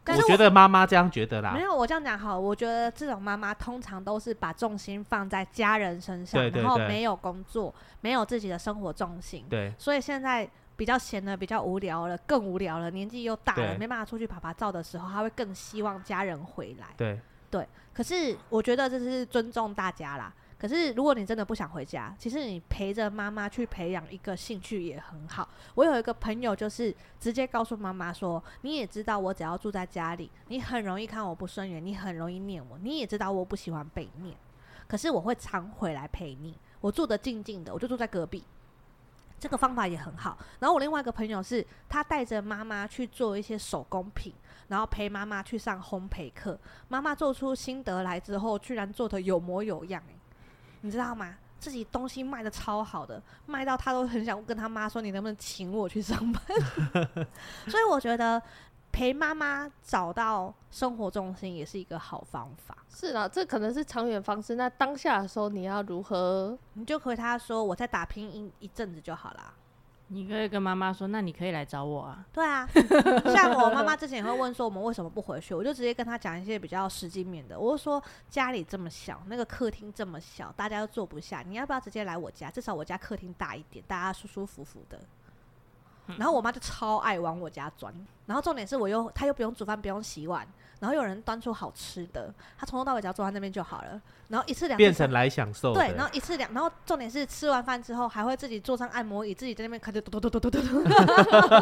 B: 但是
E: 我觉得妈妈这样觉得啦
B: 没。有，我这样讲好，我觉得这种妈妈通常都是把重心放在家人身上，
E: 对对
B: 然后
E: 对
B: 没有工作，没有自己的生活重心，
E: 对，
B: 所以现在比较闲了，比较无聊了，更无聊了，年纪又大了，
E: 对
B: 没办法出去爬爬照的时候，她会更希望家人回来。
E: 对，
B: 可是我觉得这是尊重大家啦。可是如果你真的不想回家，其实你陪着妈妈去培养一个兴趣也很好。我有一个朋友就是直接告诉妈妈说：“你也知道，我只要住在家里，你很容易看我不顺眼，你很容易念我，你也知道我不喜欢被念。可是我会常回来陪你，我住的近近的，我就住在隔壁。”这个方法也很好。然后我另外一个朋友是，他带着妈妈去做一些手工品，然后陪妈妈去上烘焙课，妈妈做出心得来之后，居然做的有模有样、欸，你知道吗？自己东西卖的超好的，卖到他都很想跟他妈说：“你能不能请我去上班？” 所以我觉得陪妈妈找到生活重心也是一个好方法。
C: 是啦，这可能是长远方式。那当下的时候，你要如何？
B: 你就回他说：“我再打拼一一阵子就好啦。
D: 你可以跟妈妈说，那你可以来找我啊。
B: 对啊，像我妈妈之前也会问说我们为什么不回去，我就直接跟她讲一些比较实际面的。我就说家里这么小，那个客厅这么小，大家都坐不下，你要不要直接来我家？至少我家客厅大一点，大家舒舒服服的。
E: 嗯
B: 然后我妈就超爱往我家钻，然后重点是我又她又不用煮饭，不用洗碗，然后有人端出好吃的，她从头到尾只要坐在那边就好了。然后一次两次
E: 变
B: 三
E: 成来享受
B: 对，然
E: 的，
B: 后一次两，然后重点是吃完饭之后还会自己坐上按摩椅，自己在那边开始嘟嘟嘟嘟嘟嘟嘟。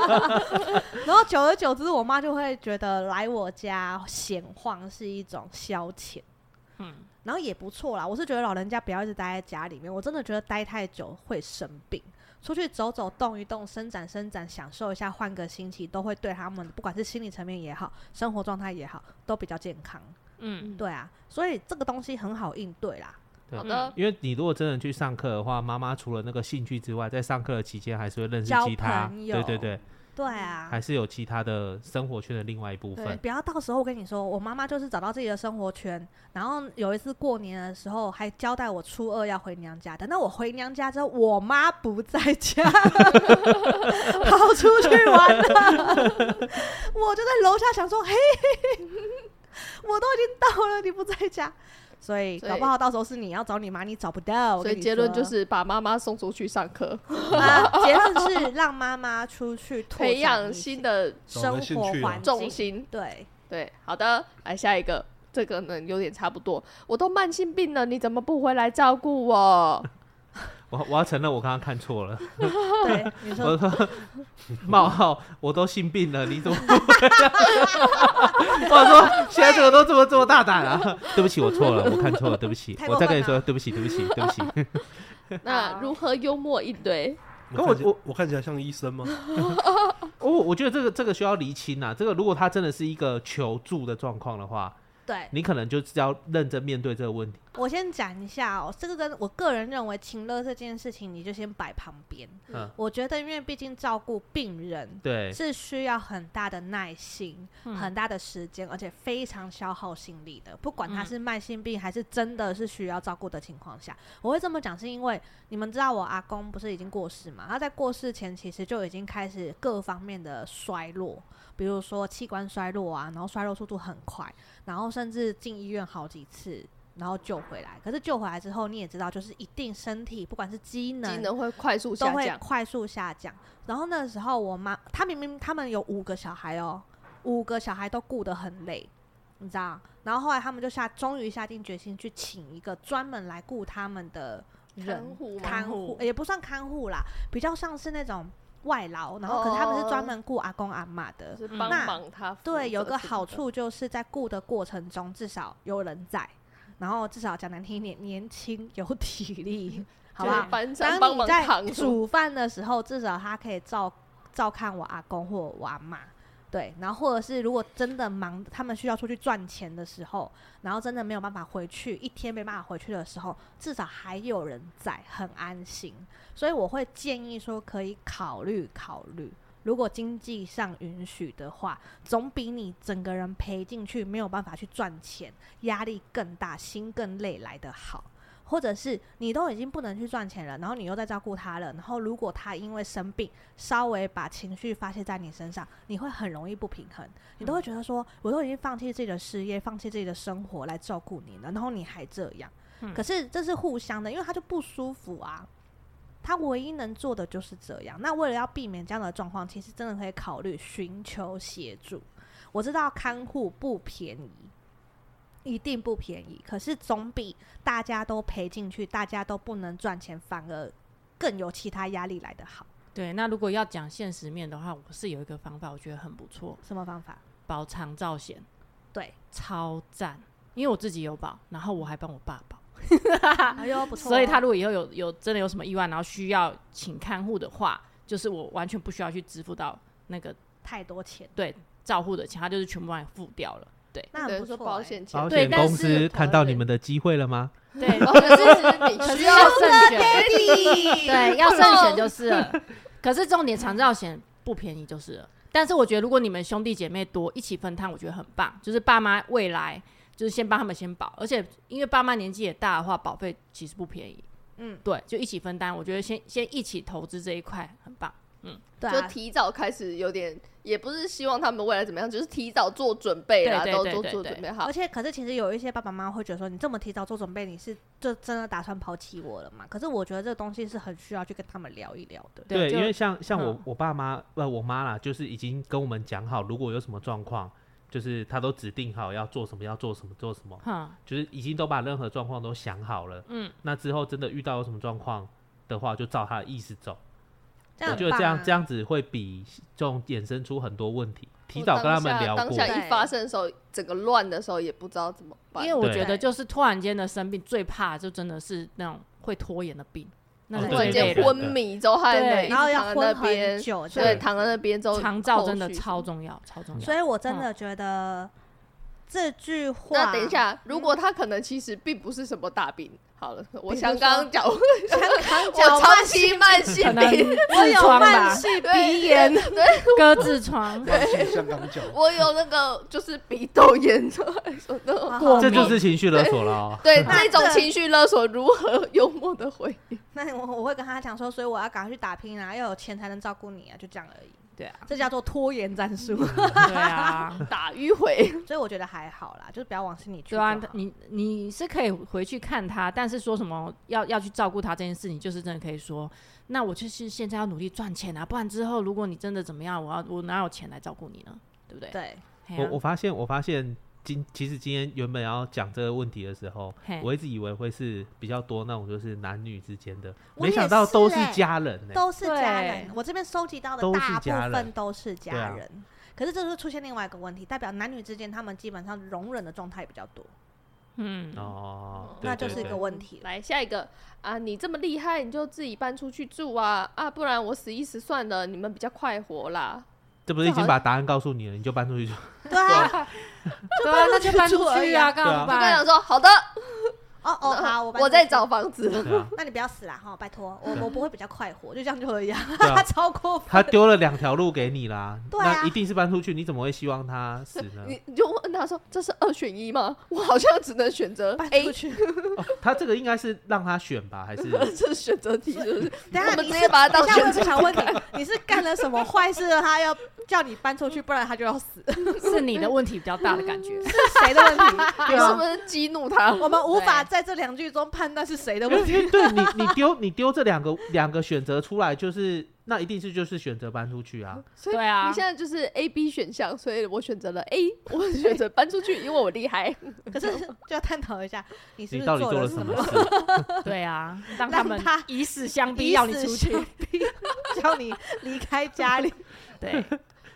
B: 然后久而久之，我妈就会觉得来我家闲晃是一种消遣，
D: 嗯，
B: 然后也不错啦。我是觉得老人家不要一直待在家里面，我真的觉得待太久会生病。出去走走、动一动、伸展伸展、享受一下，换个心情，都会对他们不管是心理层面也好，生活状态也好，都比较健康。
D: 嗯，
B: 对啊，所以这个东西很好应对啦。
C: 好的，
E: 因为你如果真的去上课的话，妈妈除了那个兴趣之外，在上课的期间还是会认识
B: 交
E: 其他，
B: 朋友
E: 对对对，
B: 对啊，
E: 还是有其他的生活圈的另外一部
B: 对，
E: 分。
B: 不要到时候我跟你说，我妈妈就是找到自己的生活圈，然后有一次过年的时候还交代我初二要回娘家，等到我回娘家之后，我妈不在家， 跑出去玩了，我就在楼下想说，嘿，我都已经到了，你不在家。所以
C: 所以
B: 搞不好到时候是你要找你妈，你找不到。我
C: 所
B: 跟
C: 以
B: 你
C: 结论
B: 说
C: 就是把妈妈送出去上课，
B: 啊，结论是让妈妈出去拓
C: 培
B: 展
C: 养
B: 一
C: 新
B: 些
C: 的
A: 找
B: 生
A: 个兴
B: 活
A: 趣啊
B: 环
C: 重
B: 境。
C: 心。
B: 对，
C: 对，好的，来下一个，这个呢有点差不多。我都慢性病了，你怎么不回来照顾我？
E: 我我要承认，我刚刚看错 了，
B: 对，你说
A: 呃
E: 我 说冒号，我都性病了，你怎么不会？ 我说现在这个都这么这么大胆啊！对不起，我错了，我看错了，对不起
B: 太，过
E: 我再跟
B: 分
E: 你说，
B: 了
E: 对不起，对不起，对不起。
C: 那
B: 好
C: 如何幽默应对？
A: 可
E: 我
A: 我我我看起来像医 生吗？
E: 哦，我觉得这个这个需要厘清啊。这个如果他真的是一个求助的状况的话，
B: 对。
E: 你可能就是要认真面对这个问题。
B: 我先讲一下哦，这个跟我个人认为情乐这件事情，你就先摆旁边。
E: 嗯
B: 我觉得，因为毕竟照顾病人
E: 对，
B: 是需要很大的耐心、
D: 嗯
B: 很大的时间，而且非常消耗心力的。不管他
D: 嗯
B: 是慢性病还是真的是需要照顾的情况下，我会这么讲，是因为你们知道我阿公不是已经过世嘛？他在过世前其实就已经开始各方面的衰落，比如说器官衰落啊，然后衰落速度很快，然后甚至进医院好几次。然后救回来，可是救回来之后，你也知道，就是一定身体不管是机
C: 技
B: 能
C: 能会快速
B: 都
C: 下
B: 会
C: 降，
B: 快速下降。然后那时候我妈，她明明他们有五个小孩哦，五个小孩都顾得很累，你知道？然后后来他们就下，终于下定决心去请一个专门来顾他们的
C: 看
B: 人
C: 护吗？
B: 看护，也不算看护啦，比较像是那种外劳。然后可是他们是专门顾阿公阿妈的
C: 就，是
D: 嗯
C: 帮
B: 那
C: 忙他。
B: 对，有个好，处就是在顾的过程中，至少有人在，然后至少讲难听一点，年轻有体力，好不
C: 就是
B: 好？
C: 班上
B: 当
C: 帮
B: 你
C: 忙
B: 在
C: 扛住。
B: 煮饭的时候，至少他可以照照看我阿公或我阿妈，对，然后或者是如果真的忙，他们需要出去赚钱的时候，然后真的没有办法回去，一天没办法回去的时候，至少还有人在，很安心。所以我会建议说，可以考虑考虑。如果经济上允许的话，总比你整个人赔进去没有办法去赚钱，压力更大，心更累来的好。或者是你都已经不能去赚钱了，然后你又在照顾他了，然后如果他因为生病，稍微把情绪发泄在你身上，你会很容易不平衡，你都会觉得说，我都已经放弃自己的事业，放弃自己的生活来照顾你了，然后你还这样，
D: 嗯
B: 可是这是互相的，因为他就不舒服啊。他唯一能做的就是这样。那为了要避免这样的状况，其实真的可以考虑寻求协助。我知道看护不便宜，一定不便宜，可是总比大家都赔进去，大家都不能赚钱，反而更有其他压力来的好。
D: 对。那如果要讲现实面的话，我是有一个方法，我觉得很不错，
B: 什么方法？
D: 保长照险，
B: 对，
D: 超赞。因为我自己有保，然后我还帮我爸保，
B: 哎呦，不错哦、
D: 所以他如果以后有有真的有什么意外，然后需要请看护的话，就是我完全不需要去支付到那个
B: 太多钱，
D: 照护的钱，他就是全部帮你付掉了。
B: 那
C: 等
B: 很
C: 于
B: 不
C: 说
B: 错、
C: 保
B: 欸
C: 险钱
E: 保
D: 对
E: 险
D: 但是
E: 公司看到你们的机会了吗？
D: 对，
C: 哦 可是
B: 啊
C: 你需
D: 需
C: 要
D: 要慎选，对，要慎选
C: 就
D: 就是了。可是重点长照险不便宜就是了。但是我觉得，如果你们兄弟姐妹多一起分摊，我觉得很棒。就是爸妈未来就是先帮他们先保，而且因为爸妈年纪也大的话，保费其实不便宜。
B: 嗯，
D: 对，就一起分担。我觉得先先一起投资这一块很棒。
B: 对
C: 就
B: 啊，
C: 提早开始有点，也不是希望他们未来怎么样，就是提早做准备啦，
D: 对对
C: 都
D: 对
C: 都
D: 对
C: 做
D: 对
C: 准备好
B: 而。且可是其实有一些爸爸妈妈会觉得说，你这么提早做准备，你是就真的打算抛弃我了嘛？可是我觉得这个东西是很需要去跟他们聊一聊的。
D: 对，
E: 对，
D: 就
E: 因为像像我、
D: 嗯
E: 我爸妈呃我妈啦，就是已经跟我们讲好，如果有什么状况，就是她都指定好要做什么，要做什么，做什么，
D: 哼，
E: 就是已经都把任何状况都想好了。
D: 嗯，
E: 那之后真的遇到有什么状况的话，就照她的意思走。
B: 这
E: 我
B: 样啊
E: 觉得这样这
B: 样，
E: 样子会比这种衍生出很多问题。提
C: 我
E: 早跟
C: 当
E: 他们
C: 下
E: 聊
C: 当
E: 过，
C: 下
B: 对
C: 一发生的时候，整个乱的时候也不知道怎么办。
D: 因为我
E: 对
D: 觉得
B: 对
D: 就是突然间的生病，最怕就真的是那种会拖延的病，那
E: 哦
D: 是
E: 对
C: 突
D: 最
C: 然
E: 对
D: 累
C: 间
E: 对
D: 人
C: 昏
D: 的。
C: 迷之后，害
D: 对
C: 人一直
B: 然后要
C: 躺在
B: 昏
C: 那
B: 很
C: 边，
B: 久，这
C: 对，
B: 样
E: 对
C: 躺在那边之后，
D: 长照真的
C: 后续
D: 超重要，超重要。
B: 所以我真的觉得这句话，
C: 那等一，下，如果他可能其实并不是什么大病，好了，我
B: 嗯比如
C: 像刚刚讲，我
B: 香港 脚慢
C: 长期慢性
D: 可能
C: 病，
D: 痔疮吧，
C: 性
B: 鼻炎，
D: 割痔疮，
A: 忘记香港脚，
C: 我有那个就是鼻窦炎的，说那种
B: 过
E: 这
B: 敏
E: 就是情绪勒索了、哦。
C: 对
B: 哦那
C: 这种
B: 这
C: 情绪勒索如何 幽默 的回应？
B: 那我我会跟他讲说，所以我要赶快去打拼啊，要有钱才能照顾你啊，就这样而已。
D: 对啊，
B: 这叫做拖延战术，
D: 对啊，
C: 打迂回，
B: 所以我觉得还好啦，就是不要往心里去
D: 对
B: 就好。
D: 啊，你你是可以回去看他，但是说什么要要去照顾他这件事，你就是真的可以说，那我就是现在要努力赚钱啊，不然之后如果你真的怎么样，我要我哪有钱来照顾你呢？对不 对？
B: 对，
D: 嘿
E: 我
D: 啊
E: 我发现，我发现今其实今天原本要讲这个问题的时候
B: 哎
D: 嘿，
E: 我一直以为会是比较多那种就是男女之间的，
B: 我
E: 没
B: 也
E: 想到都
B: 是
E: 是
B: 欸
E: 家人呢、
B: 都是家人
D: 对。
B: 我这边收集到的
E: 都是
B: 大部
E: 家
B: 分
E: 人
B: 都是家
E: 对
B: 人，
E: 啊
B: 可是这就出现另外一个问题，代表男女之间他们基本上容忍的状态比较多，
D: 嗯，
E: 哦，对
B: 那就
E: 对
B: 是一
E: 对
B: 个问题了。
C: 来下一个啊！你这么厉害，你就自己搬出去住啊啊！不然我死一死算了，你们比较快活啦。
E: 这不是已经把答案告诉你了，你就搬 出去就。
B: 对啊，
D: 对啊，那就搬出
C: 而
D: 去
C: 已
D: 啊，
C: 啊
D: 干
E: 对
D: 嘛
E: 啊
D: 不
C: 我跟 他
D: 搬？
C: 讲说好的，
B: 哦哦，好，我搬
C: 我
B: 出
C: 在
B: 去
C: 找。房子了。
E: 对啊，
B: 那你不要死啦哈，拜托，我
E: 对
B: 我不会比较快活，就这样就可以啊，
E: 对 啊
B: 超过分。
E: 他丢了两条路给你啦，
B: 对啊
E: 那一定是搬出去，你怎么会希望他死呢？
C: 你你就问他说这是二选一吗？ 我好像只能选择
B: 搬
C: A
B: 出去，
E: 哦，他这个应该是让他选吧， 还是
C: 这是选择题，是不是？
B: 等一
C: 我
B: 下
C: 们
B: 你
C: 直
B: 是
C: 接把它
B: 等
C: 当
B: 一下我
C: 选
B: 有
C: 择
B: 个想问你，你是干了什么坏事？他要叫你搬出去，不然他就要 死，
D: 是你的问题比较大的感觉，
B: 是谁的问题？
C: 题，是不是激 怒他？
B: 我们无法在这两句中判断是谁的
E: 因
B: 问
E: 为
B: 题。
E: 因为对你，你丢你丢这两个两个选择出来，就是那一定是就是选择搬出去啊。
C: 所以
D: 对啊
C: 你现在就是 A、B 选项，所以我选择了 A，我选择搬出去，因为我厉害。
B: 可是就要探讨一下，你是不
E: 你
B: 是
E: 到底
B: 了
E: 了
B: 什
E: 什
B: 么
E: 么？事？
D: 对啊，让
B: 让
D: 他们
B: 他
D: 以死相逼，
B: 以
D: 要你
B: 死
D: 出去，
B: 相逼， 叫你离开家里。
D: 对，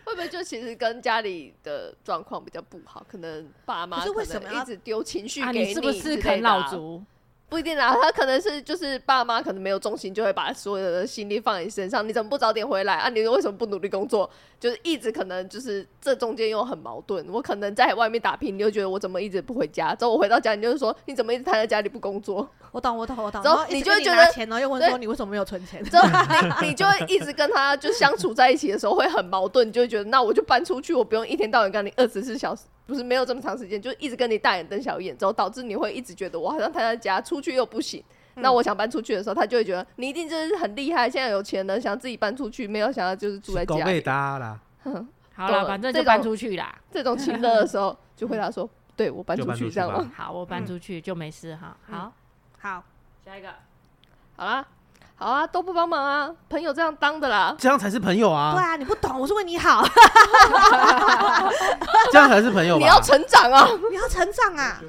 C: 会不会就其实跟家里的状况比较不好？可能爸妈
B: 可是为什
C: 可能
B: 么要
C: 一直丢情绪
D: 啊，
C: 给你，
D: 是不是啃
C: 啊
D: 老？族？
C: 不一定啊，他可能是就是爸妈可能没有重心，就会把所有的心力放在你身上。你怎么不早点回来啊？你为什么不努力工作？就是一直可能就是这中间又很矛盾。我可能在外面打拼，你就觉得我怎么一直不回家？之后我回到家，你就是说你怎么一直待在家里不工作？
B: 我懂，我懂，我懂。
C: 然后
B: 一直
C: 你就
B: 跟
C: 会觉
B: 拿
C: 得
B: 钱，然后又问
C: 对
B: 说你为什么没有存钱？
C: 之后你你就会一直跟他就相处在一起的时候会很矛盾，你就会觉得那我就搬出去，我不用一天到晚跟你二十四小时，不是没有这么长时间，就一直跟你大眼瞪小眼，之后导致你会一直觉得我好像待在家，出去又不行。那
B: 嗯
E: 嗯
C: 我想搬出去的时候，他就会觉得你一定就是很厉害，现在有钱了，想自己搬出去，没有想要就是住在
E: 狗
C: 家
E: 被
C: 里。
E: 搭啦，
D: 好了，
C: 懂
D: 反正
C: 这
D: 就搬
C: 种
D: 出去啦。
C: 这种情乐的时候，就回答说：“对我搬
E: 嗯就
C: 出
E: 搬
C: 去，
E: 出去
C: 这样
E: 吧
C: 吗
D: 好，我搬出去就没事哈。
B: 嗯
D: 好，
B: 好，
D: 下一个。？”
C: 好啦，好啊，都不帮忙啊，朋友这样当的啦。
E: 这样才是朋友
B: 对
E: 啊，
B: 啊，你不懂，我是为你 好，
E: 这样才是朋友
C: 你
E: 吧？
C: 要成长啊！
B: 你要成长啊！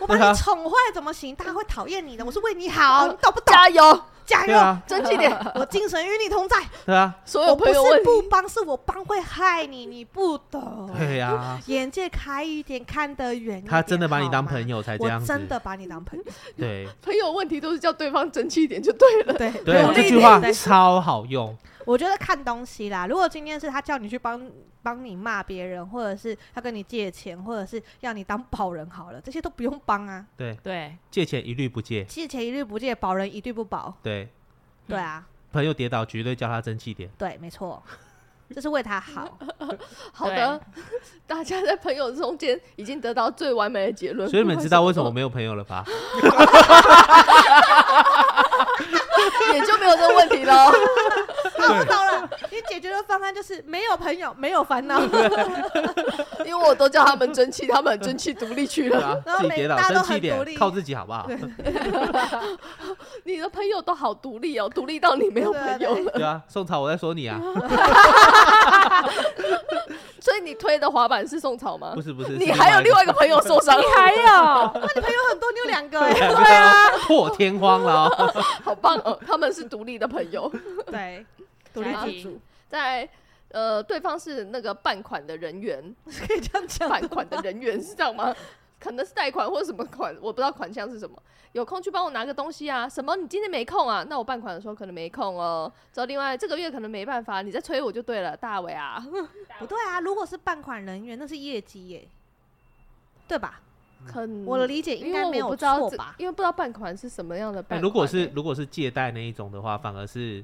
B: 我把
E: 对啊
B: 你宠坏怎么行？大家会讨厌你的，我是为你
C: 啊
B: 好，你懂不懂？
C: 加油，
B: 加
E: 对
B: 油，
E: 啊，
C: 争气 点！
B: 我精神与你同在。
E: 对啊，
C: 所
B: 我
C: 有
B: 不
C: 呃朋友问
B: 是
C: 你
B: 不帮，是我帮会害你，你不懂。
E: 对啊，
B: 眼界开一点，看得远一点。
E: 他真的把你当朋
B: 友，
E: 友才这
B: 我
E: 样子，
B: 真的把你当朋友。
E: 对
C: 朋友问题都是叫对方争气一点就对了。
B: 对
E: 对
B: 努，力
E: 这
B: 一
E: 句
B: 点
E: 话
B: 对
E: 超好用，
B: 我觉得看东西啦，如果今天是他叫你去帮帮你骂别人，或者是要跟你借钱，或者是要你当保人好了，这些都不用帮啊。
E: 对，
D: 对，
E: 借钱一律不借，
B: 借钱一律不借，保人一律不保。
E: 对，
C: 嗯
B: 对啊，
E: 朋友跌倒绝对叫他争气点，
B: 对，没错，这是为他 好。
C: 好的，大家在朋友中间已经得到最完美的结论。
E: 所以你们知道为什么我
C: 么
E: 没有朋友了吧？
C: 也就没有这个问题了。
B: 啊，我懂了，解决的方案就是没有朋友，没有烦恼，
C: 因为我都叫他们争气，他们很争气独立去
E: 对
C: 了。
E: 啊
B: 然，后
E: 自己
B: 每
E: 跌倒
B: 大家都
E: 争气一
B: 很独立
E: 点，靠自己好不好？
C: 你的朋友都好独立哦，独立到你没有朋友了。
E: 对啊，宋朝我在说你啊，
C: 所以你推的滑板是宋朝吗
E: 不？是不是，
C: 你
E: 是
C: 还有另外一个朋友受伤了，
D: 还有，
B: 那你朋友很多，你有两个哎、
E: 对啊，破天荒了 哦，
C: 好棒哦！他们是独立的朋 友。啊
B: 对，
D: 独
B: 立
D: 自主，
C: 在呃，对方是那个办款的人 员，
B: 可以这样讲
C: 办款的人员是这样吗？可能是贷款或者什么款，我不知道款项是什么。有空去帮我拿个东西啊？什么？你今天没空啊？那我办款的时候可能没空哦。之后另外这个月可能没办法，你再催我就对了，大伟啊。
B: 不对啊，如果是办款人员，那是业绩耶、对吧？
C: 可能
B: 我的理解应
C: 因
B: 该
C: 为
B: 没
C: 我
B: 有
C: 不知道
B: 错
C: 这
B: 吧？
C: 嗯因为不知道办款是什么样的办款
E: 哎
C: 欸、
E: 如果是如果是借贷那一种的话，反而是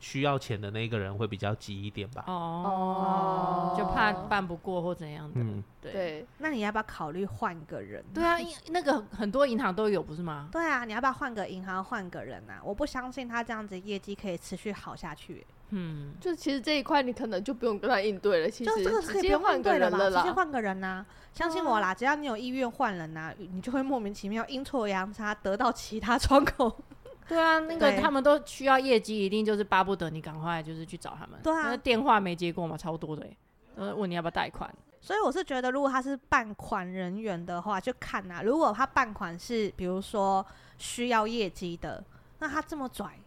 E: 需要钱的那个人会比较急一点吧。
D: 哦
C: 哦，
D: 就怕办不过或怎样的，
E: 嗯，
D: 对
C: 对，
B: 那你要不要考虑换个人？
D: 对啊，因那个很多银行都有不是吗？
B: 对啊，你要不要换个银行换个人啊？我不相信他这样子业绩可以持续好下去耶、
D: 嗯，
C: 就其实这一块你可能就不用跟他应对了，其
B: 就这个
C: 实
B: 是可
C: 直
B: 以不
C: 接
B: 用
C: 换
B: 应
C: 个
B: 对
C: 人
B: 的嘛，
C: 了
B: 直接
C: 啦。啊
B: 换个人呐、相信我啦，只要你有意愿换人呐、你就会莫名其妙阴错阳差得到其他窗口。
D: 对啊，那个
B: 对
D: 他们都需要业绩，一定就是巴不得你赶快就是去找他们。
B: 对啊
D: 那电话没接过嘛，超多的欸、呃，问你要不要贷款，
B: 所以我是觉得，如果他是办款人员的话，就看呐、如果他办款是比如说需要业绩的，那他这么拽，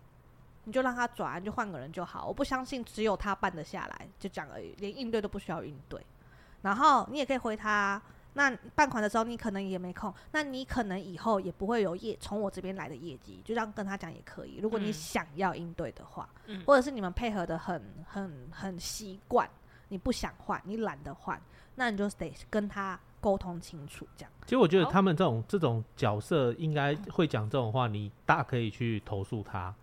B: 你就让他拽，你就换个人就好。我不相信只有他办得下来，就这样而已，连应对都不需要应对。然后你也可以回他，那办款的时候你可能也没空，那你可能以后也不会有业从我这边来的业绩，就这样跟他讲也可以。如果你
D: 嗯
B: 想要应对的话，
D: 嗯
B: 或者是你们配合的很很很习惯，你不想换，你懒得换。那你就得跟他沟通清楚，这样。
E: 其实我觉得
D: 好
E: 他们这种这种角色应该会讲这种话，你大可以去投诉他，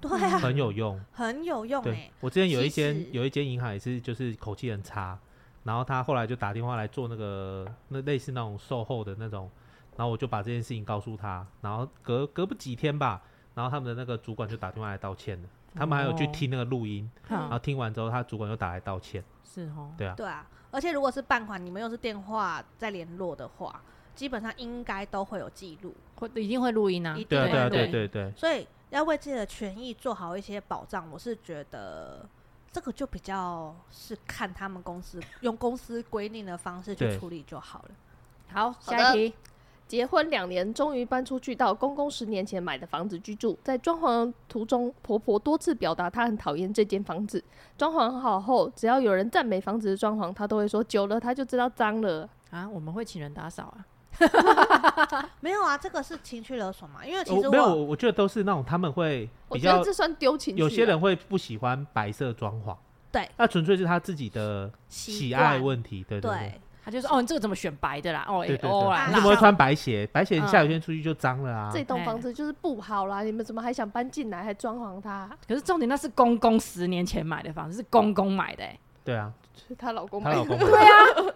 B: 对
D: 啊
B: 啊，
E: 很有用。
B: 很有用哎、
E: 对我之前有一
B: 其实
E: 间有一间银行也是，就是口气很差，然后他后来就打电话来做那个那类似那种售后的那种，然后我就把这件事情告诉他，然后隔隔不几天吧，然后他们的那个主管就打电话来道歉了，他们还有去
D: 哦
E: 听那个录音，然后
C: 嗯
B: 嗯
D: 好
E: 听完之后他主管又打来道歉，
D: 是哦，
E: 对啊，
B: 对啊，而且如果是办款，你们又是电话在联络的话，基本上应该都会有记录，
D: 会一定会录音啊
B: 一，
E: 对啊
B: 定
E: 对啊
B: 会
E: 对
B: 录
E: 对对，
B: 所以要为自己的权益做好一些保障。我是觉得这个就比较是看他们公司用公司规定的方式去
E: 对
B: 处理就好了。
E: 啊
D: 好，
C: 的
D: 下一题，
C: 结婚两年，终于搬出去到公公十年前买的房子居住。在装潢途中，婆婆多次表达她很讨厌这间房子。装潢好后，只要有人赞美房子的装潢，她都会说：“久了，她就知道脏了。
D: 啊，我们会请人打扫啊，
B: 没有啊，这个是情绪勒索嘛？因为其
E: 我
B: 实
E: 没有，
B: 我
E: 我我觉得都是那种他们会”
C: 我
E: 比
C: 觉
E: 较
C: 得这算丢情绪啊。
E: 有些人会不喜欢白色装潢，
B: 对，
E: 那纯粹是他自己的喜爱
B: 惯
E: 问题，对对对。
B: 对
D: 他就说哦，你这个怎么选白的啦？哦，
E: 对
D: 哎
E: 对
D: 哦
E: 对，
D: 啦，
E: 你
B: 那
E: 怎
D: 啦
E: 么会
B: 像
E: 穿白鞋？白鞋你下
D: 嗯
E: 雨天出去就脏了啊。
C: 这栋房
D: 哎
C: 子就是不好啦，你们怎么还想搬进来，还装潢 它？
D: 可是重点那是公公十年前买的房子，是公公买的、欸，
E: 对啊，
C: 是她老公
E: 她
C: 买
E: 老
C: 的。
E: 公对啊，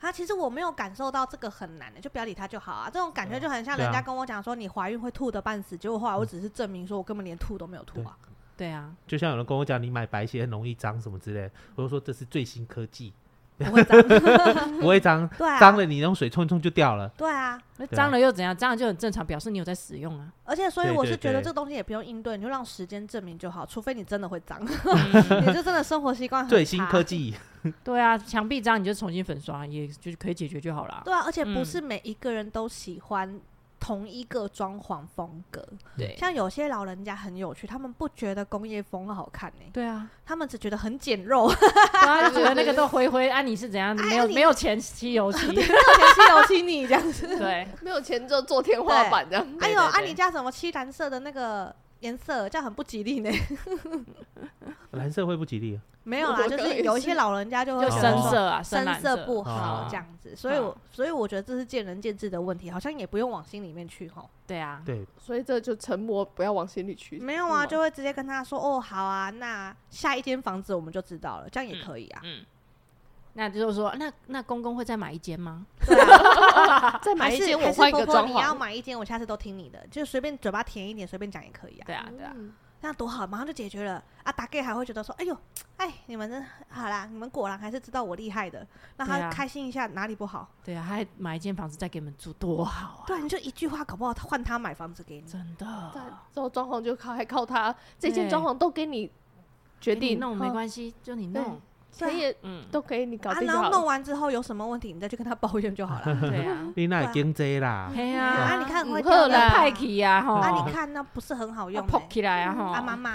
B: 啊，其实我没有感受到这个很难的，就不要理他就好啊。这种感觉就很像
E: 对啊
B: 人
E: 嗯
B: 家跟我讲说你怀孕会吐的半死，结果后来我只是证明说我根本连吐都没有吐啊。
D: 对啊，
E: 就像有人跟我讲，你买白鞋很容易脏什么之类的，我就说这是最新科技，
B: 不会脏，
E: 不会脏，
B: 对啊，
E: 脏了你用水冲一冲就掉了。
B: 对啊。
D: 那
E: 对啊
D: 脏了又怎样？脏了就很正常，表示你有在使用啊。
B: 而且，所以
E: 对
B: 我
E: 对
B: 是觉得
E: 对
B: 这个东西也不用应对，你就让时间证明就好。除非你真的会 脏，
E: 嗯
B: 你就真的生活习惯很
E: 最新
B: 差
E: 科。技，
D: 对啊，墙壁脏你就重新粉刷，也就可以解决就好啦。
B: 对啊，而且不
D: 嗯
B: 是每一个人都喜欢同一个装潢风格。
D: 对，
B: 像有些老人家很有趣，他们不觉得工业风好看呢、
D: 对啊，
B: 他们只觉得很简陋。
D: 对啊，就觉得那个都灰灰啊，你是怎 样？
B: 哎
D: 没有
B: 你
D: 没有前漆油 漆，
B: 前期有请你这样子。
D: 对，
C: 没有钱就做天花板这样。
B: 哎
D: 对
B: 呦，
D: 对
B: 啊，
D: 对
B: 你家什么漆蓝色的那个颜色，这样很不吉利呢？
E: 蓝色会不吉利啊。
B: 没有啦，
C: 我
B: 就
C: 刚
B: 是
C: 也
B: 有一
C: 是
B: 些老人家就会
D: 就
B: 觉得
E: 哦
D: 深
B: 说
D: 色啊，深
B: 深
D: 蓝
B: 色啊不
E: 哦
B: 好这样子，所以
D: 嗯
B: 我所以我觉得这是见仁见智的问题，好像也不用往心里面去吼。
D: 对啊，
E: 对，
C: 所以这就沉默，不要往心里去。
B: 没有啊，
C: 嗯
B: 就会直接跟他说哦，好啊，那下一间房子我们就知道了，这样也可以啊。
D: 嗯。那就是说，那那公公会再买一间吗？
B: 对 啊，
C: 再买
B: 还
C: 一
B: 是
C: 间，我
B: 还是
C: 换一个
B: 婆婆
C: 装
B: 你要
C: 潢。
B: 买一间，我下次都听你的，就随便嘴巴甜一点，随便讲也可以啊。
D: 对啊，对啊，
C: 嗯
B: 那样多好，马上就解决了啊！打给还会觉得说，哎呦，哎，你们真好啦，你们果然还是知道我厉害的，让
D: 对
B: 他
D: 啊
B: 开心一下，哪里不好？
D: 对啊，他还买一间房子再给你们住，多好啊！
B: 对啊，你就一句话，搞不好他换他买房子给你。
D: 真
C: 但
D: 的，
C: 之后装潢就靠还靠他，这件
D: 对
C: 装潢都给你决
D: 给你嗯
C: 定
D: 弄没关系，就你
C: 对
D: 弄，
C: 钱也
D: 嗯，
C: 都给你搞
B: 啊，
C: 定就
B: 然
C: 好
B: 后弄
C: 了。
B: 完之后有什么问题，你再去跟他抱怨就好了。
D: 对啊，
E: 你那经济啦，
D: 嘿
B: 啊，
D: 啊，
B: 啊你看很会
C: 嗯
B: 挑的
C: 好啦
B: 派
D: 派去呀，吼，
B: 啊，你看那不是很好用
D: 啊
B: 欸、
D: 泡起来啊，吼，
B: 啊，妈妈，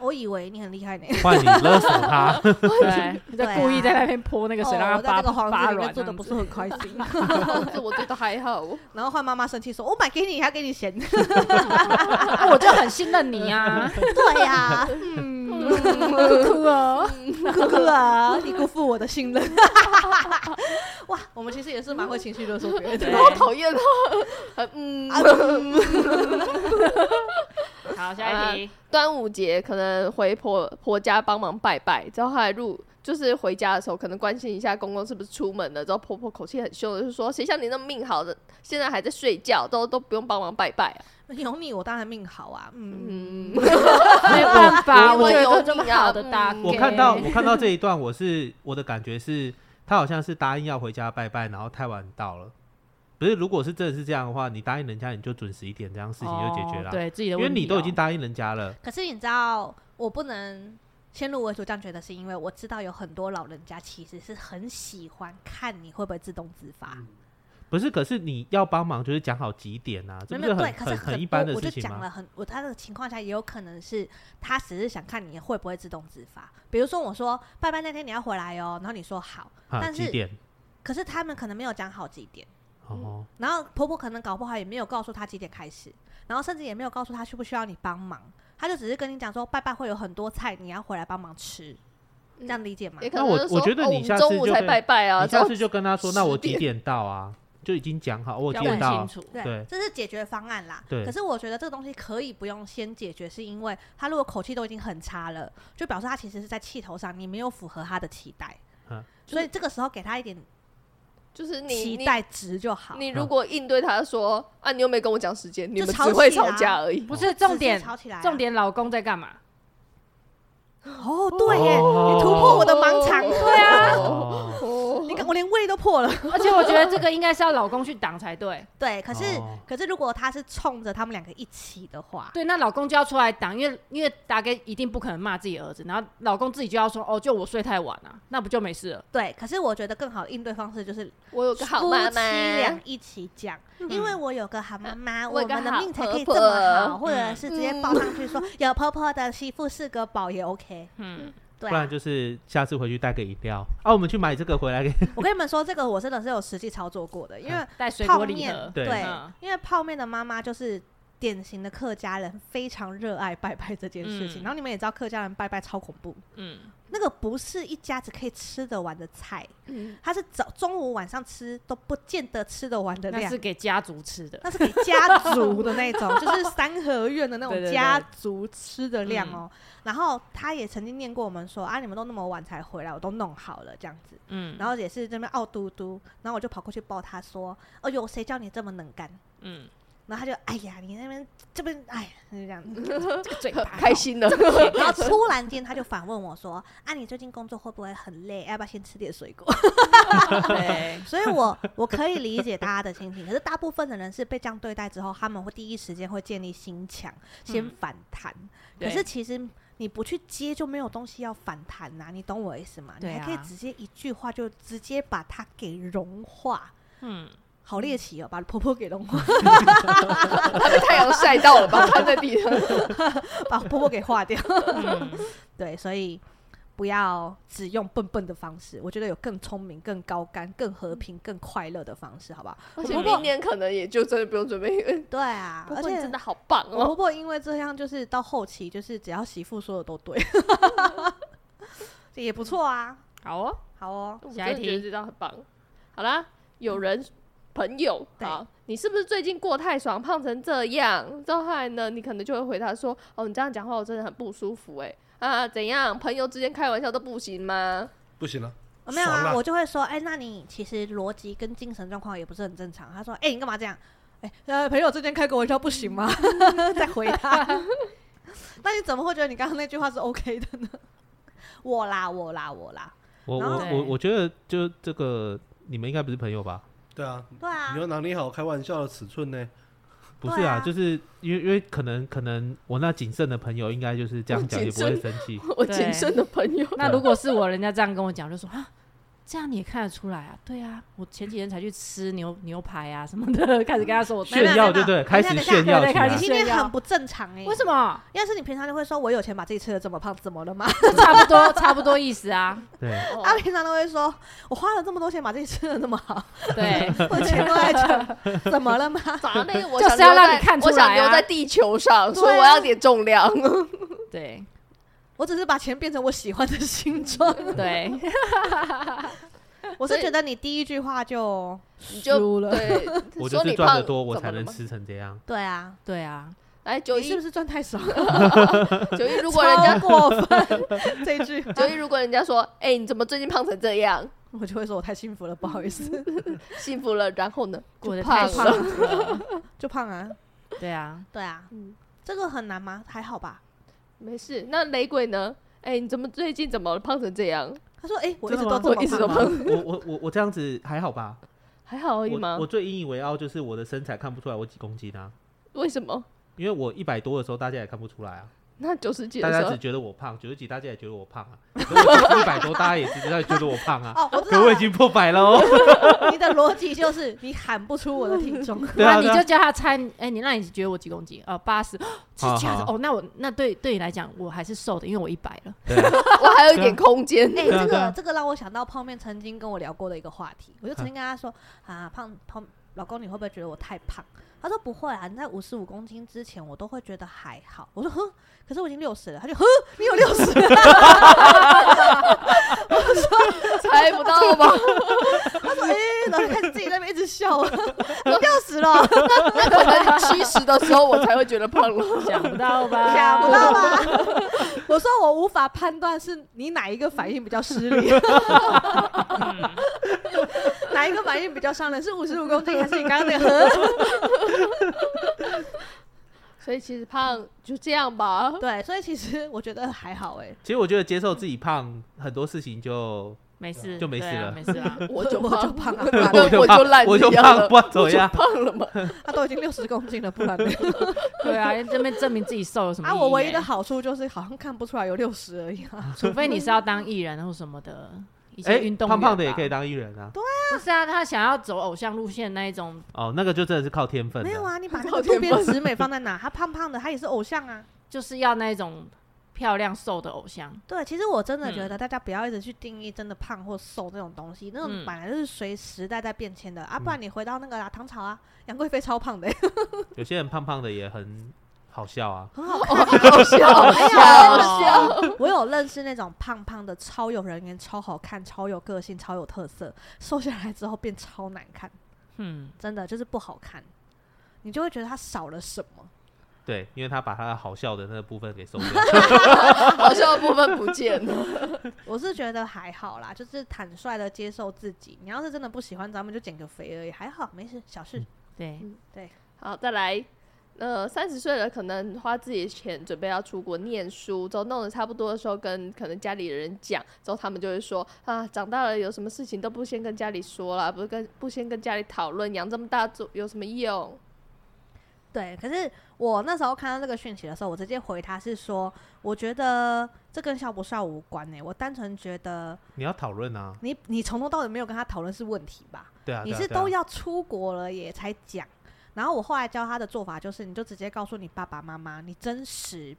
B: 我以为你很厉害呢。
E: 换你勒索他，
D: 对，你
B: 对
D: 在
B: 啊
D: 故意在那边泼那个水，
B: 哦
D: 让它
B: 我在
D: 发
B: 这个房
D: 发
B: 子里面
D: 软，
B: 住的不是很开心，
C: 房子我觉得还好，
B: 然后换妈妈生气说：“我买给你，还给你嫌。
D: 啊，我就很信任你啊，”
B: 对呀、
D: 哭哭哦，
B: 哭哭啊，你辜负我的信任。哇，我们其实也是蛮会情绪勒索别人的
D: 对。
C: 好讨厌哦。嗯，
B: 啊
D: 好，下一题，
C: 端午节可能回婆婆家帮忙拜拜，之后她还入就是回家的时候，可能关心一下公公是不是出门了。之后婆婆口气很凶的，就说：“谁像你那么命好的，现在还在睡觉，都都不用帮忙拜拜、啊。
B: 有你，我当然命好啊。”嗯，
C: 嗯，
D: 呃没办法，
C: 我
D: 我觉
C: 有
D: 得这
C: 这么
B: 啊
D: 么
C: 好
D: 好
C: 的
D: 的
C: 搭
D: 搭，
B: 嗯
C: 配
E: 我看到我看到这一段，我是我的感觉是，他好像是答应要回家拜拜，然后太晚到了。不是，如果是真的是这样的话，你答应人家你就准时一点，这样事情就解决了。
D: 哦，对自己的
E: 因
D: 问
E: 为
D: 题哦，
E: 你都已经答应人家了，
B: 可是你知道，我不能先入为主这样觉得，是因为我知道有很多老人家其实是很喜欢看你会不会自动自发。
E: 不是？可是你要帮忙，就是讲好几点啊，这不
B: 没有
E: 很
B: 嗯对，可是
E: 很很一
B: 多
E: 般的
B: 我就
E: 事情
B: 讲
E: 吗
B: 了？很，我他的情况下也有可能是他只是想看你会不会自动自发。比如说我说拜拜那天你要回来哦，然后你说好，
E: 啊，
B: 但
E: 几
B: 是
E: 点？
B: 可是他们可能没有讲好几点，
E: 哦，
B: 然后婆婆可能搞不好也没有告诉他几点开始，然后甚至也没有告诉他需不需要你帮忙，他就只是跟你讲说拜拜会有很多菜，你要回来帮忙吃，这样理解吗
C: 也？可
E: 那
C: 能
E: 我
C: 就是
E: 我
C: 说
E: 觉得
C: 哦
E: 你
C: 们
E: 下次
C: 中午
E: 就
C: 才
E: 可以
C: 拜拜啊，
B: 呃
E: 你下
C: 之后
E: 次就跟他说，
C: 十
E: 那我几
C: 点
E: 点到啊？就已经讲好，我几
D: 要
E: 点
D: 问
E: 到
D: 清
E: 啊？
D: 楚，
E: 对
B: 这是解决方案啦。
E: 对
B: 可是我觉得这个东西可以不用先解决，是因为他如果口气都已经很差了，就表示他其实是在气头上，你没有符合他的期待。
E: 嗯
B: 所以这个时候给他一点
C: 就是你
B: 期
C: 你
B: 待值就好。
C: 你如果应对他说啊，你又没跟我讲时间，你
B: 就
C: 们
B: 吵
C: 只会
B: 起
C: 吵
B: 啦
C: 架而已。
D: 不是重
B: 直
D: 点
B: 接，吵起来啊、
D: 重点老公在干嘛？
B: 哦，对耶，
E: 哦
B: 你突破我的盲肠，对啊，
E: 哦，
C: 哦，
B: 你看我连胃都破了。
D: 而且我觉得这个应该是要老公去挡 才对，
B: 对，可是、
E: 哦
B: 可是如果他是冲着他们两个一起的话，
D: 对，那老公就要出来挡，因为因为大概一定不可能骂自己儿子，然后老公自己就要说哦，就我睡太晚啊，那不就没事了？
B: 对，可是我觉得更好的应对方式就是
C: 我有个好
B: 夫
C: 妈
B: 妻
C: 妈，
B: 俩一起讲，因为我有个好妈妈，我们的命才可以这么好，或者是直接抱上去说有婆婆的媳妇是个宝也 OK。
D: 嗯，
B: 对
E: 不
B: 啊
E: 然，就是下次回去带个饮料啊，我们去买这个回来给
B: 我跟你们说，这个我真的是有实际操作过的，因为
D: 带啊水
B: 泡
D: 果礼
B: 面
D: 盒，
E: 对
B: 对
D: 嗯，
B: 因为泡面的妈妈就是。典型的客家人非常热爱拜拜这件事情，
D: 嗯
B: 然后你们也知道客家人拜拜超恐怖，
D: 嗯，
B: 那个不是一家子可以吃得完的菜，
C: 嗯
B: 它是早中午晚上吃都不见得吃得完的
D: 那
B: 量
D: 是，给家族吃的，
B: 那是给家族的那种，就是三合院的那
D: 对
B: 种
D: 对嗯对
B: 家族吃的量哦。然后他也曾经念过我们说啊，你们都那么晚才回来，我都弄好了这样子。
D: 嗯，
B: 然后也是这边傲嘟嘟，然后我就跑过去抱他说：“哦呦，谁叫你这么能干
D: 嗯，？”
B: 然后他就哎呀，你那边这边哎，就这样子。
D: 这个嘴
C: 可
D: 巴
C: 开心了。
B: 然后突然间他就反问我说：“啊，你最近工作会不会很累？要不要先吃点水果？”
D: 哦， 对，
B: 所以我我可以理解大家的心情，可是大部分的人是被这样对待之后，他们会第一时间会建立心墙，先
D: 嗯
B: 反弹。 可
D: 对
B: 是其实你不去接，就没有东西要反弹呐、你懂我意思吗？你
D: 对
B: 还可以
D: 啊
B: 直接一句话就直接把它给融化。
D: 嗯，
B: 好猎奇哦，把婆婆给融化，
C: 他被太阳晒到了 吧？看在地上，
B: 把婆婆给化掉。
D: 嗯
B: 对，所以不要只用笨笨的方式，我觉得有更聪明、更高干、更
D: 嗯
B: 和平、更快乐的方式，好不好？
C: 而
B: 我
C: 且
B: 婆
C: 明
B: 婆
C: 年可能也就真的不用准备。嗯
B: 对啊，
C: 不
B: 而
C: 过你
B: 且
C: 真的好棒
B: 我婆
C: 哦！
B: 婆因为这样，就是到后期，就是只要媳妇说的都 对，这也不错啊。
D: 好 哦，
B: 好哦，
C: 我
D: 下一
C: 真的觉得
D: 题嗯
C: 这样很棒。好啦，有人朋友
B: 对
C: 好，你是不是最近过太爽，胖成这样？之后后来呢，你可能就会回他说：“哦，你这样讲话我真的很不舒服。”哎，啊，怎样？朋友之间开玩笑都不行吗？
A: 不行了，
B: 哦没有
A: 爽
B: 啊，
A: 啦
B: 我就会说，哎、那你其实逻辑跟精神状况也不是很正常。她说， 哎、你干嘛这样？哎、呃，朋友之间开个玩笑不行吗？再回她， 那你怎么会觉得你刚刚那句话是 OK 的呢？我啦，我啦，我啦，
E: 我
B: 然
E: 我
D: 后
E: 我我觉得就这个，你们应该不是朋友吧？
A: 对啊，
B: 对啊
A: 你，要拿捏好开玩笑的尺寸呢。
E: 不
B: 对
E: 是
B: 啊
E: 就是因为因为可能可能我那谨慎的朋友应该就是这样讲也不会生 气。
C: 我谨慎的朋 友，
D: 那如果是我，人家这样跟我讲，就说啊，这样你也看得出来啊？对啊，我前几天才去吃牛牛排啊什么的， 开始跟他说我
E: 炫耀对不对？开始
B: 等一下
E: 炫耀
D: 对
E: 起
D: 开始
E: 来
B: 你。今
D: 炫
B: 天
D: 耀
B: 很不正常哎、
D: 为什么？
B: 要是你平常就会说我有钱把自己吃的这么胖，怎么了吗？
D: 就差不多差不多意思啊。
E: 对，
C: 哦
B: 他平常都会说我花了这么多钱把自己吃的这么好，
D: 对，
B: 我钱都在这，怎么了吗？
C: 反而那 个我
D: 就是
C: 想
D: 要
C: 留
D: 让你
C: 在
D: 看出
C: 我想
D: 来
C: 留
D: 啊
C: 在地球 上，所以
B: 对
C: 我
B: 啊
C: 要点重量。
D: 对
B: 我只是把钱变成我喜欢的形 状。
D: 对，
B: 我
C: 所
B: 是
C: 以
B: 觉得你第一句话就
C: 你就
D: 输了
C: 对，
E: 我就
C: 说
E: 是
C: 你
E: 赚
C: 胖
E: 得多，我
C: 怎么
E: 才
C: 了
E: 能
C: 吗
D: 哎
E: 吃成这样。
B: 对啊，
D: 对啊，
C: 来九
B: 你是
C: 一
B: 不是赚太少了？
C: 九一，如果人家
B: 超过 分这一句，
C: 九一，如果人家说，哎，你怎么最近胖成这样？
B: 我就会说我太幸福了，不好意思，
C: 幸福了，然后呢？
D: 过得
C: 就胖
D: 太
C: 了
D: 爽了。
B: 就胖啊。
D: 对啊，
B: 对啊，
C: 嗯
B: 这个很难吗？还好吧。
C: 没事。那雷鬼呢？哎，你怎么最近怎么了胖成这样？
B: 他说：“哎、我一
E: 真
B: 直
E: 的
B: 都
E: 吗
B: 这
C: 我一直
B: 么
C: 都
B: 胖
C: 胖
B: 啊，
E: 我我我我这样子还好吧？
C: 还好而已
E: 我
C: 吗
E: 我？最引以为傲就是我的身材看不出来我几公斤啊，
C: 为什么？
E: 因为我一百多的时候大家也看不出来啊，
C: 那九十几
E: 大
C: 的时
E: 家
C: 候
E: 只，觉得我胖，九十几大家也觉得我胖啊，一百多大家也只知道觉得我胖啊，
B: 哦，我知道
E: 可我已
B: 了。
E: 经破百了哦。
B: 你的逻辑就是你喊不出我的体重，
E: 对啊，
D: 那你
E: 对啊
D: 就叫他猜，哎，你那你觉得我几公斤？哦，八 十，是
E: 好
D: 假的
E: 好
D: 哦。那我那对对你来讲，我还是瘦的，因为我一百了。
E: 对啊
C: 我还有一点空间。
B: 哎、
E: 对啊
B: 这
E: 对
B: 个
E: 啊嗯
B: 这个让我想到泡面曾经跟我聊过的一个话题，我就曾经跟他说啊，胖胖老公，你会不会觉得我太胖？他说不会啊，你在五十五公斤之前，我都会觉得还好。我说哼，可是我已经六十了。他就哼，你有六十？
C: 猜不到 吧？
B: 他说哎、然后就开始自己在那边一直笑，我六十了，
C: 那可能七十的时候我才会觉得胖了。
D: 想不到 吧？
B: 想不到吧？我说我无法判断是你哪一个反应比较失礼，哪一个反应比较伤人，是五十五公斤还是你刚刚那个哼？
C: 所以其实胖就这样吧。
B: 对，所以其实我觉得还好哎、
E: 其实我觉得接受自己胖，很多事 情就
D: 没事，
E: 就没
D: 对
E: 事
D: 啊
E: 了
D: 没事啊。
C: 我就
B: 我
C: 胖
B: 就胖啊
C: 了，
E: 我就
C: 我
E: 胖
C: 就烂
E: 我就
C: 一样
E: 胖
C: 了
E: 不然怎
C: 我就
E: 样
C: 胖了 嘛。
B: 他都已经六十公斤了，不然呢？
D: 对啊，这边证明自己瘦有什么意
B: 啊，
D: 义耶？
B: 我唯一的好处就是好像看不出来有六十而已啊。
D: 除非你是要当艺人或什么的，一
E: 哎
D: 些运，动
E: 胖胖
D: 员啊
E: 的也可以
D: 吧。
E: 当艺人啊。
D: 不是啊，他想要走偶像路线那一种，
E: 哦，那个就真的是靠天分的。
B: 没有啊，你把那
C: 好
B: 个路
C: 天
B: 边
C: 分
B: 直美放在哪？他胖胖的，他也是偶像啊。
D: 就是要那一种漂亮瘦的偶像。
B: 对，其实我真的觉得大家不要一直去定义真的胖或瘦那种东西，那种
D: 嗯
B: 本来就是随时代在变迁的啊。不然你回到那个啊唐朝啊，杨贵妃超胖 的欸，
E: 有些人胖胖的也很好笑啊。
B: 很好
C: 哦好笑，好
D: 哦
C: 笑，
B: 笑。我有认识那种胖胖的，超有人缘、超好看、超有个性、超有特色，瘦下来之后变超难看，
D: 嗯，
B: 真的就是不好看，你就会觉得他少了什么。
E: 对，因为他把他的好笑的那个部分 给收掉。
C: 好笑的部分不见了。
B: 我是觉得还好啦，就是坦率的接受自己。你要是真的不喜欢，咱们就减个肥而已，还好，没事，小事。
E: 嗯
D: 对，
C: 好，再来。呃，三十岁了，可能花自己的钱准备要出国念书，之后弄得差不多的时候，跟可能家里人讲，之后他们就会说啊，长大了有什么事情都不先跟家里说啦，不是跟不先跟家里讨论，养这么大做有什么用？
B: 对，可是我那时候看到这个讯息的时候，我直接回他是说，我觉得这跟笑不笑无关欸呢、我单纯觉得
E: 你要讨论啊，
B: 你你从头到尾没有跟他讨论是问题吧？
E: 对啊，
B: 你
E: 对啊
B: 是
E: 对啊
B: 都要出国了也才讲。然后我后来教他的做法就是，你就直接告诉你爸爸妈妈，你真实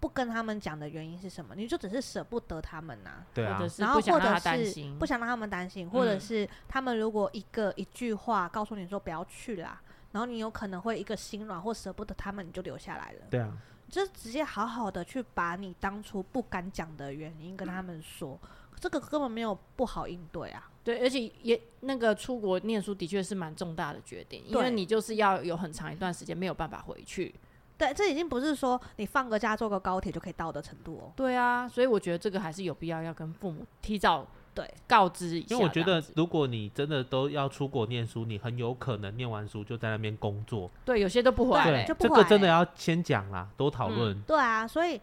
B: 不跟他们讲的原因是什么，你就只是舍不得他们呐、
E: 对
D: 或
E: 啊
D: 者，是
B: 然后
D: 不想
B: 或
D: 让
B: 者
D: 他担
B: 是
D: 心，
B: 不想让他们担心，或者
D: 嗯
B: 是他们如果一个一句话告诉你说不要去啦，然后你有可能会一个心软或舍不得他们，你就留下来了。
E: 对啊，
B: 就是直接好好的去把你当初不敢讲的原因跟他们说，这个根本没有不好应对啊。
D: 对，而且也那个出国念书的确是蛮重大的决定，因为
B: 对
D: 你就是要有很长一段时间没有办法回去。
B: 对，这已经不是说你放个假坐个高铁就可以到的程度哦。
D: 对啊，所以我觉得这个还是有必要要跟父母提早
B: 对，
D: 告知一下这
E: 因
D: 样子。
E: 为我觉得，如果你真的都要出国念书，你很有可能念完书就在那边工作。
D: 对有些都不回来
B: 对
D: 嘞
B: 就，不
E: 这
B: 回
E: 个
B: 来
E: 真的
B: 欸
E: 要先讲啦，多讨论。
B: 对啊，所以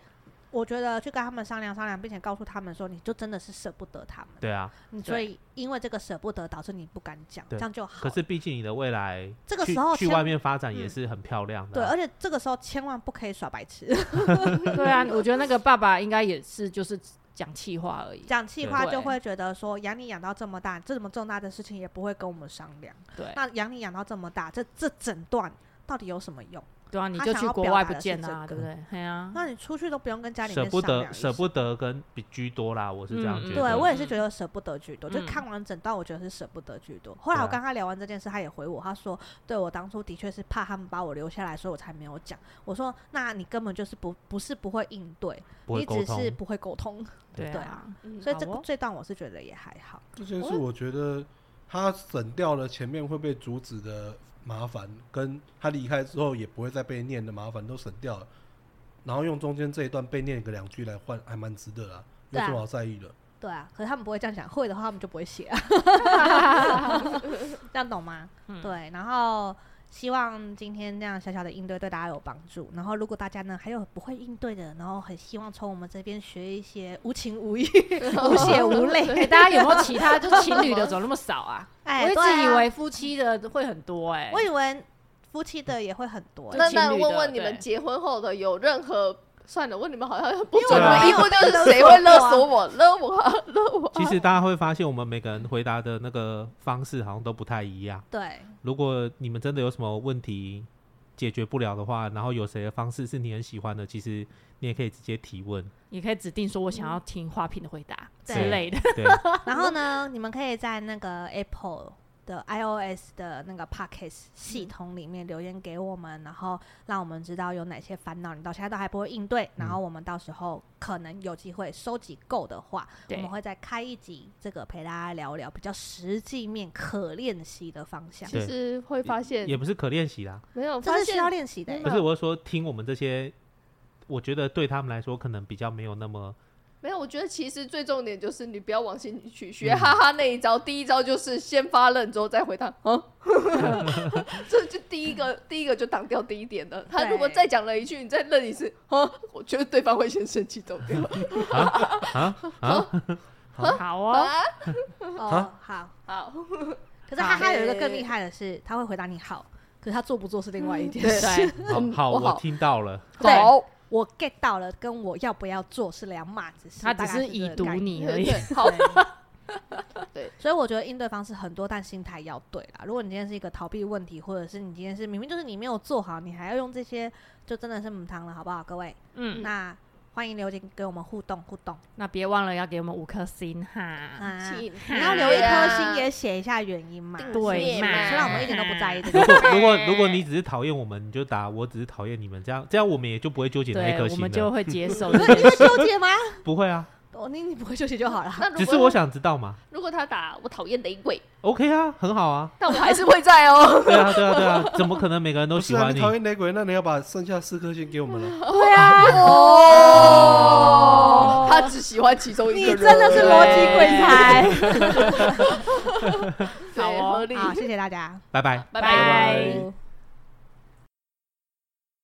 B: 我觉得去跟他们商量商量，并且告诉他们说，你就真的是舍不得他们，
E: 对啊，
B: 你所以因为这个舍不得，导致你不敢讲，这
E: 对
B: 样就好
E: 可
B: 了。
E: 是毕竟你的未来
B: 这个
E: 去
B: 时候
E: 去
B: 千
E: 外面发展也
B: 嗯
E: 是很漂亮
B: 对，
E: 的啊、
B: 而且这个时候千万不可以耍白痴，
D: 对啊，我觉得那个爸爸应该也是就是讲气话而已。
B: 讲气话
D: 对
B: 就会觉得说养你养到这么大，这么重大的事情也不会跟我们商量。
D: 对
B: 那养你养到这么大，这这整段到底有什么用？
D: 对啊，你
B: 他
D: 就
B: 想
D: 去
B: 要
D: 国
B: 表
D: 外
B: 达
D: 不
B: 的是
D: 见
B: 这
D: 啊，对不对？哎呀，
B: 那你出去都不用跟家里面
E: 舍不
B: 商
E: 得
B: 量一
E: 嗯舍
B: 下
E: 不得跟比居多啦，我是这样
D: 嗯
E: 觉
D: 嗯
E: 得。
B: 对，我也是
D: 嗯
B: 觉得舍不得居多，就
D: 嗯
B: 看完整段，我觉得是舍不得居多。后来我
E: 对啊
B: 跟他聊完这件事，他也回我，他说：“对我当初的确是怕他们把我留下来，所以我才没有讲。”我说：“那你根本就是不不是不会应对，
E: 不会
B: 你
E: 沟
B: 只
E: 通
B: 是不会沟通。
D: 对
B: 对
D: 啊
B: 啊，
C: 嗯
B: 所以这
D: 好
B: 个
D: 哦
B: 这段我是觉得也还好。
A: 这件事我觉得他省掉了前面会被阻止的麻烦，跟他离开之后也不会再被念的麻烦都省掉了，然后用中间这一段被念个两句来换，还蛮值得啊，有
B: 对啊
A: 什么好在意的？
B: 对啊，可是他们不会这样想，会的话他们就不会写、 啊，这样懂吗？
D: 嗯
B: 对，然后希望今天这样小小的应对对大家有帮助。然后如果大家呢还有不会应对的，然后很希望从我们这边学一些无情无 义、无血无泪。
D: 哎，大家有没有其他就情侣的怎么那么少啊？
B: 哎，
D: 我一
B: 对啊
D: 直以为夫妻的会很多哎
B: 我，以为夫妻的也会很多、
D: 就
C: 那
D: 情
C: 那
D: 侣
C: 问
D: 的
C: 问你们
D: 对
C: 结婚后的有任何？算了，问你们好像不
B: 因为
C: 准
E: 我
C: 了，
E: 没
C: 一
B: 有
C: 不就是
B: 勒
C: 谁
B: 索
C: 会勒
B: 过啊
C: 索我、勒我啊、勒我啊。
E: 其
B: 哦
E: 实大家会发现，我们每个人回答的那个方式好像都不太一样。
B: 对
E: 如果你们真的有什么问题解决不了的话，然后有谁的方式是你很喜欢的，其实你也可以直接提 问。
D: 也可以指定说我想要听花瓶的回答之
B: 对
D: 类的。
E: 对，
B: 然后呢，你们可以在那个 Apple 的 iOS 的那个 Podcast 系统里面留言给我们，然后让我们知道有哪些烦恼你到现在都还不会应对，然后我们到时候可能有机会收集够的话，我
D: 对
B: 们会再开一集这个陪大家聊聊比较实际面可练习的方向。
C: 其实会发现
E: 也不是可练习啦，
C: 没有
B: 这
C: 发
B: 是需要
C: 现，
B: 练习的、
C: 真
E: 不
C: 的
E: 是我是说听我们这些，我觉得对他们来说可能比较没有那么
C: 没有。我觉得其实最重点就是你不要往心里去，学
E: 嗯
C: 哈哈那一招。第一招就是先发愣，之后再回他啊， 这就第一个，第一个就挡掉第一点的。他如果
B: 对
C: 再讲了一句，你再愣一次啊，我觉得对方会先生气走掉。
E: 啊啊，
D: 好哦，
B: 啊哦。好，
C: 好，
B: 可是哈哈有一个更厉害的是，他会回答你好，可是他做不做是另外一件事。
D: 对，
E: 好好，
C: 我好
E: 我听到了。
B: 对
C: 好，
B: 我 get 到了，跟我要不要做是两码子事。
D: 他只
B: 大概
D: 是
B: 是
D: 已
B: 这个
D: 读
B: 概念
D: 你而
C: 对
D: 已。
C: 对， 好，
B: 所以我觉得应对方式很多，但心态要对啦。如果你今天是一个逃避问题，或者是你今天是明明就是你没有做好，你还要用这些，就真的是母汤了，好不好，各位？
D: 嗯，
B: 那欢迎留言给我们互动互动
D: 那别忘了要给我们五颗星哈。
B: 啊！
C: 请
B: 你要留一颗
C: 啊
B: 心，也写一下原因嘛。
C: 定
D: 对
C: 是
D: 嘛，
C: 嘛
B: 虽然我们一点都不在意这 个，
E: 如果如果如果你只是讨厌我们，你就打我只是讨厌你们，这样这样我们也就不会纠结那一
D: 对
E: 颗，啊
D: 我
E: 心
D: 们就
E: 了。
D: 会接 受
B: 不
D: 这
B: 是
D: 件
B: 你
D: 事。
B: 会纠结吗？
E: 不会啊，
B: 哦，你你不会纠结就好了。
C: 那如
E: 只
C: 果
E: 是我想知道嘛。
C: 如果他打我讨厌雷鬼，
E: OK 啊，很好啊。
C: 但我还是会在哦。
E: 对啊，对啊，对啊，怎么可能每个人都
A: 不
E: 喜
A: 是啊，
E: 欢
A: 你
E: 你？
A: 讨厌雷鬼，那你要把剩下四颗星给我们了。
D: 对啊，
C: 哦，他只喜欢其中一
B: 你
C: 个人，
B: 真的是逻辑 鬼才。
C: 对，
D: 好哦
C: 合理。
B: 好，谢谢大家，
E: 拜拜。
C: 拜
D: 拜
C: 拜。
B: 拜。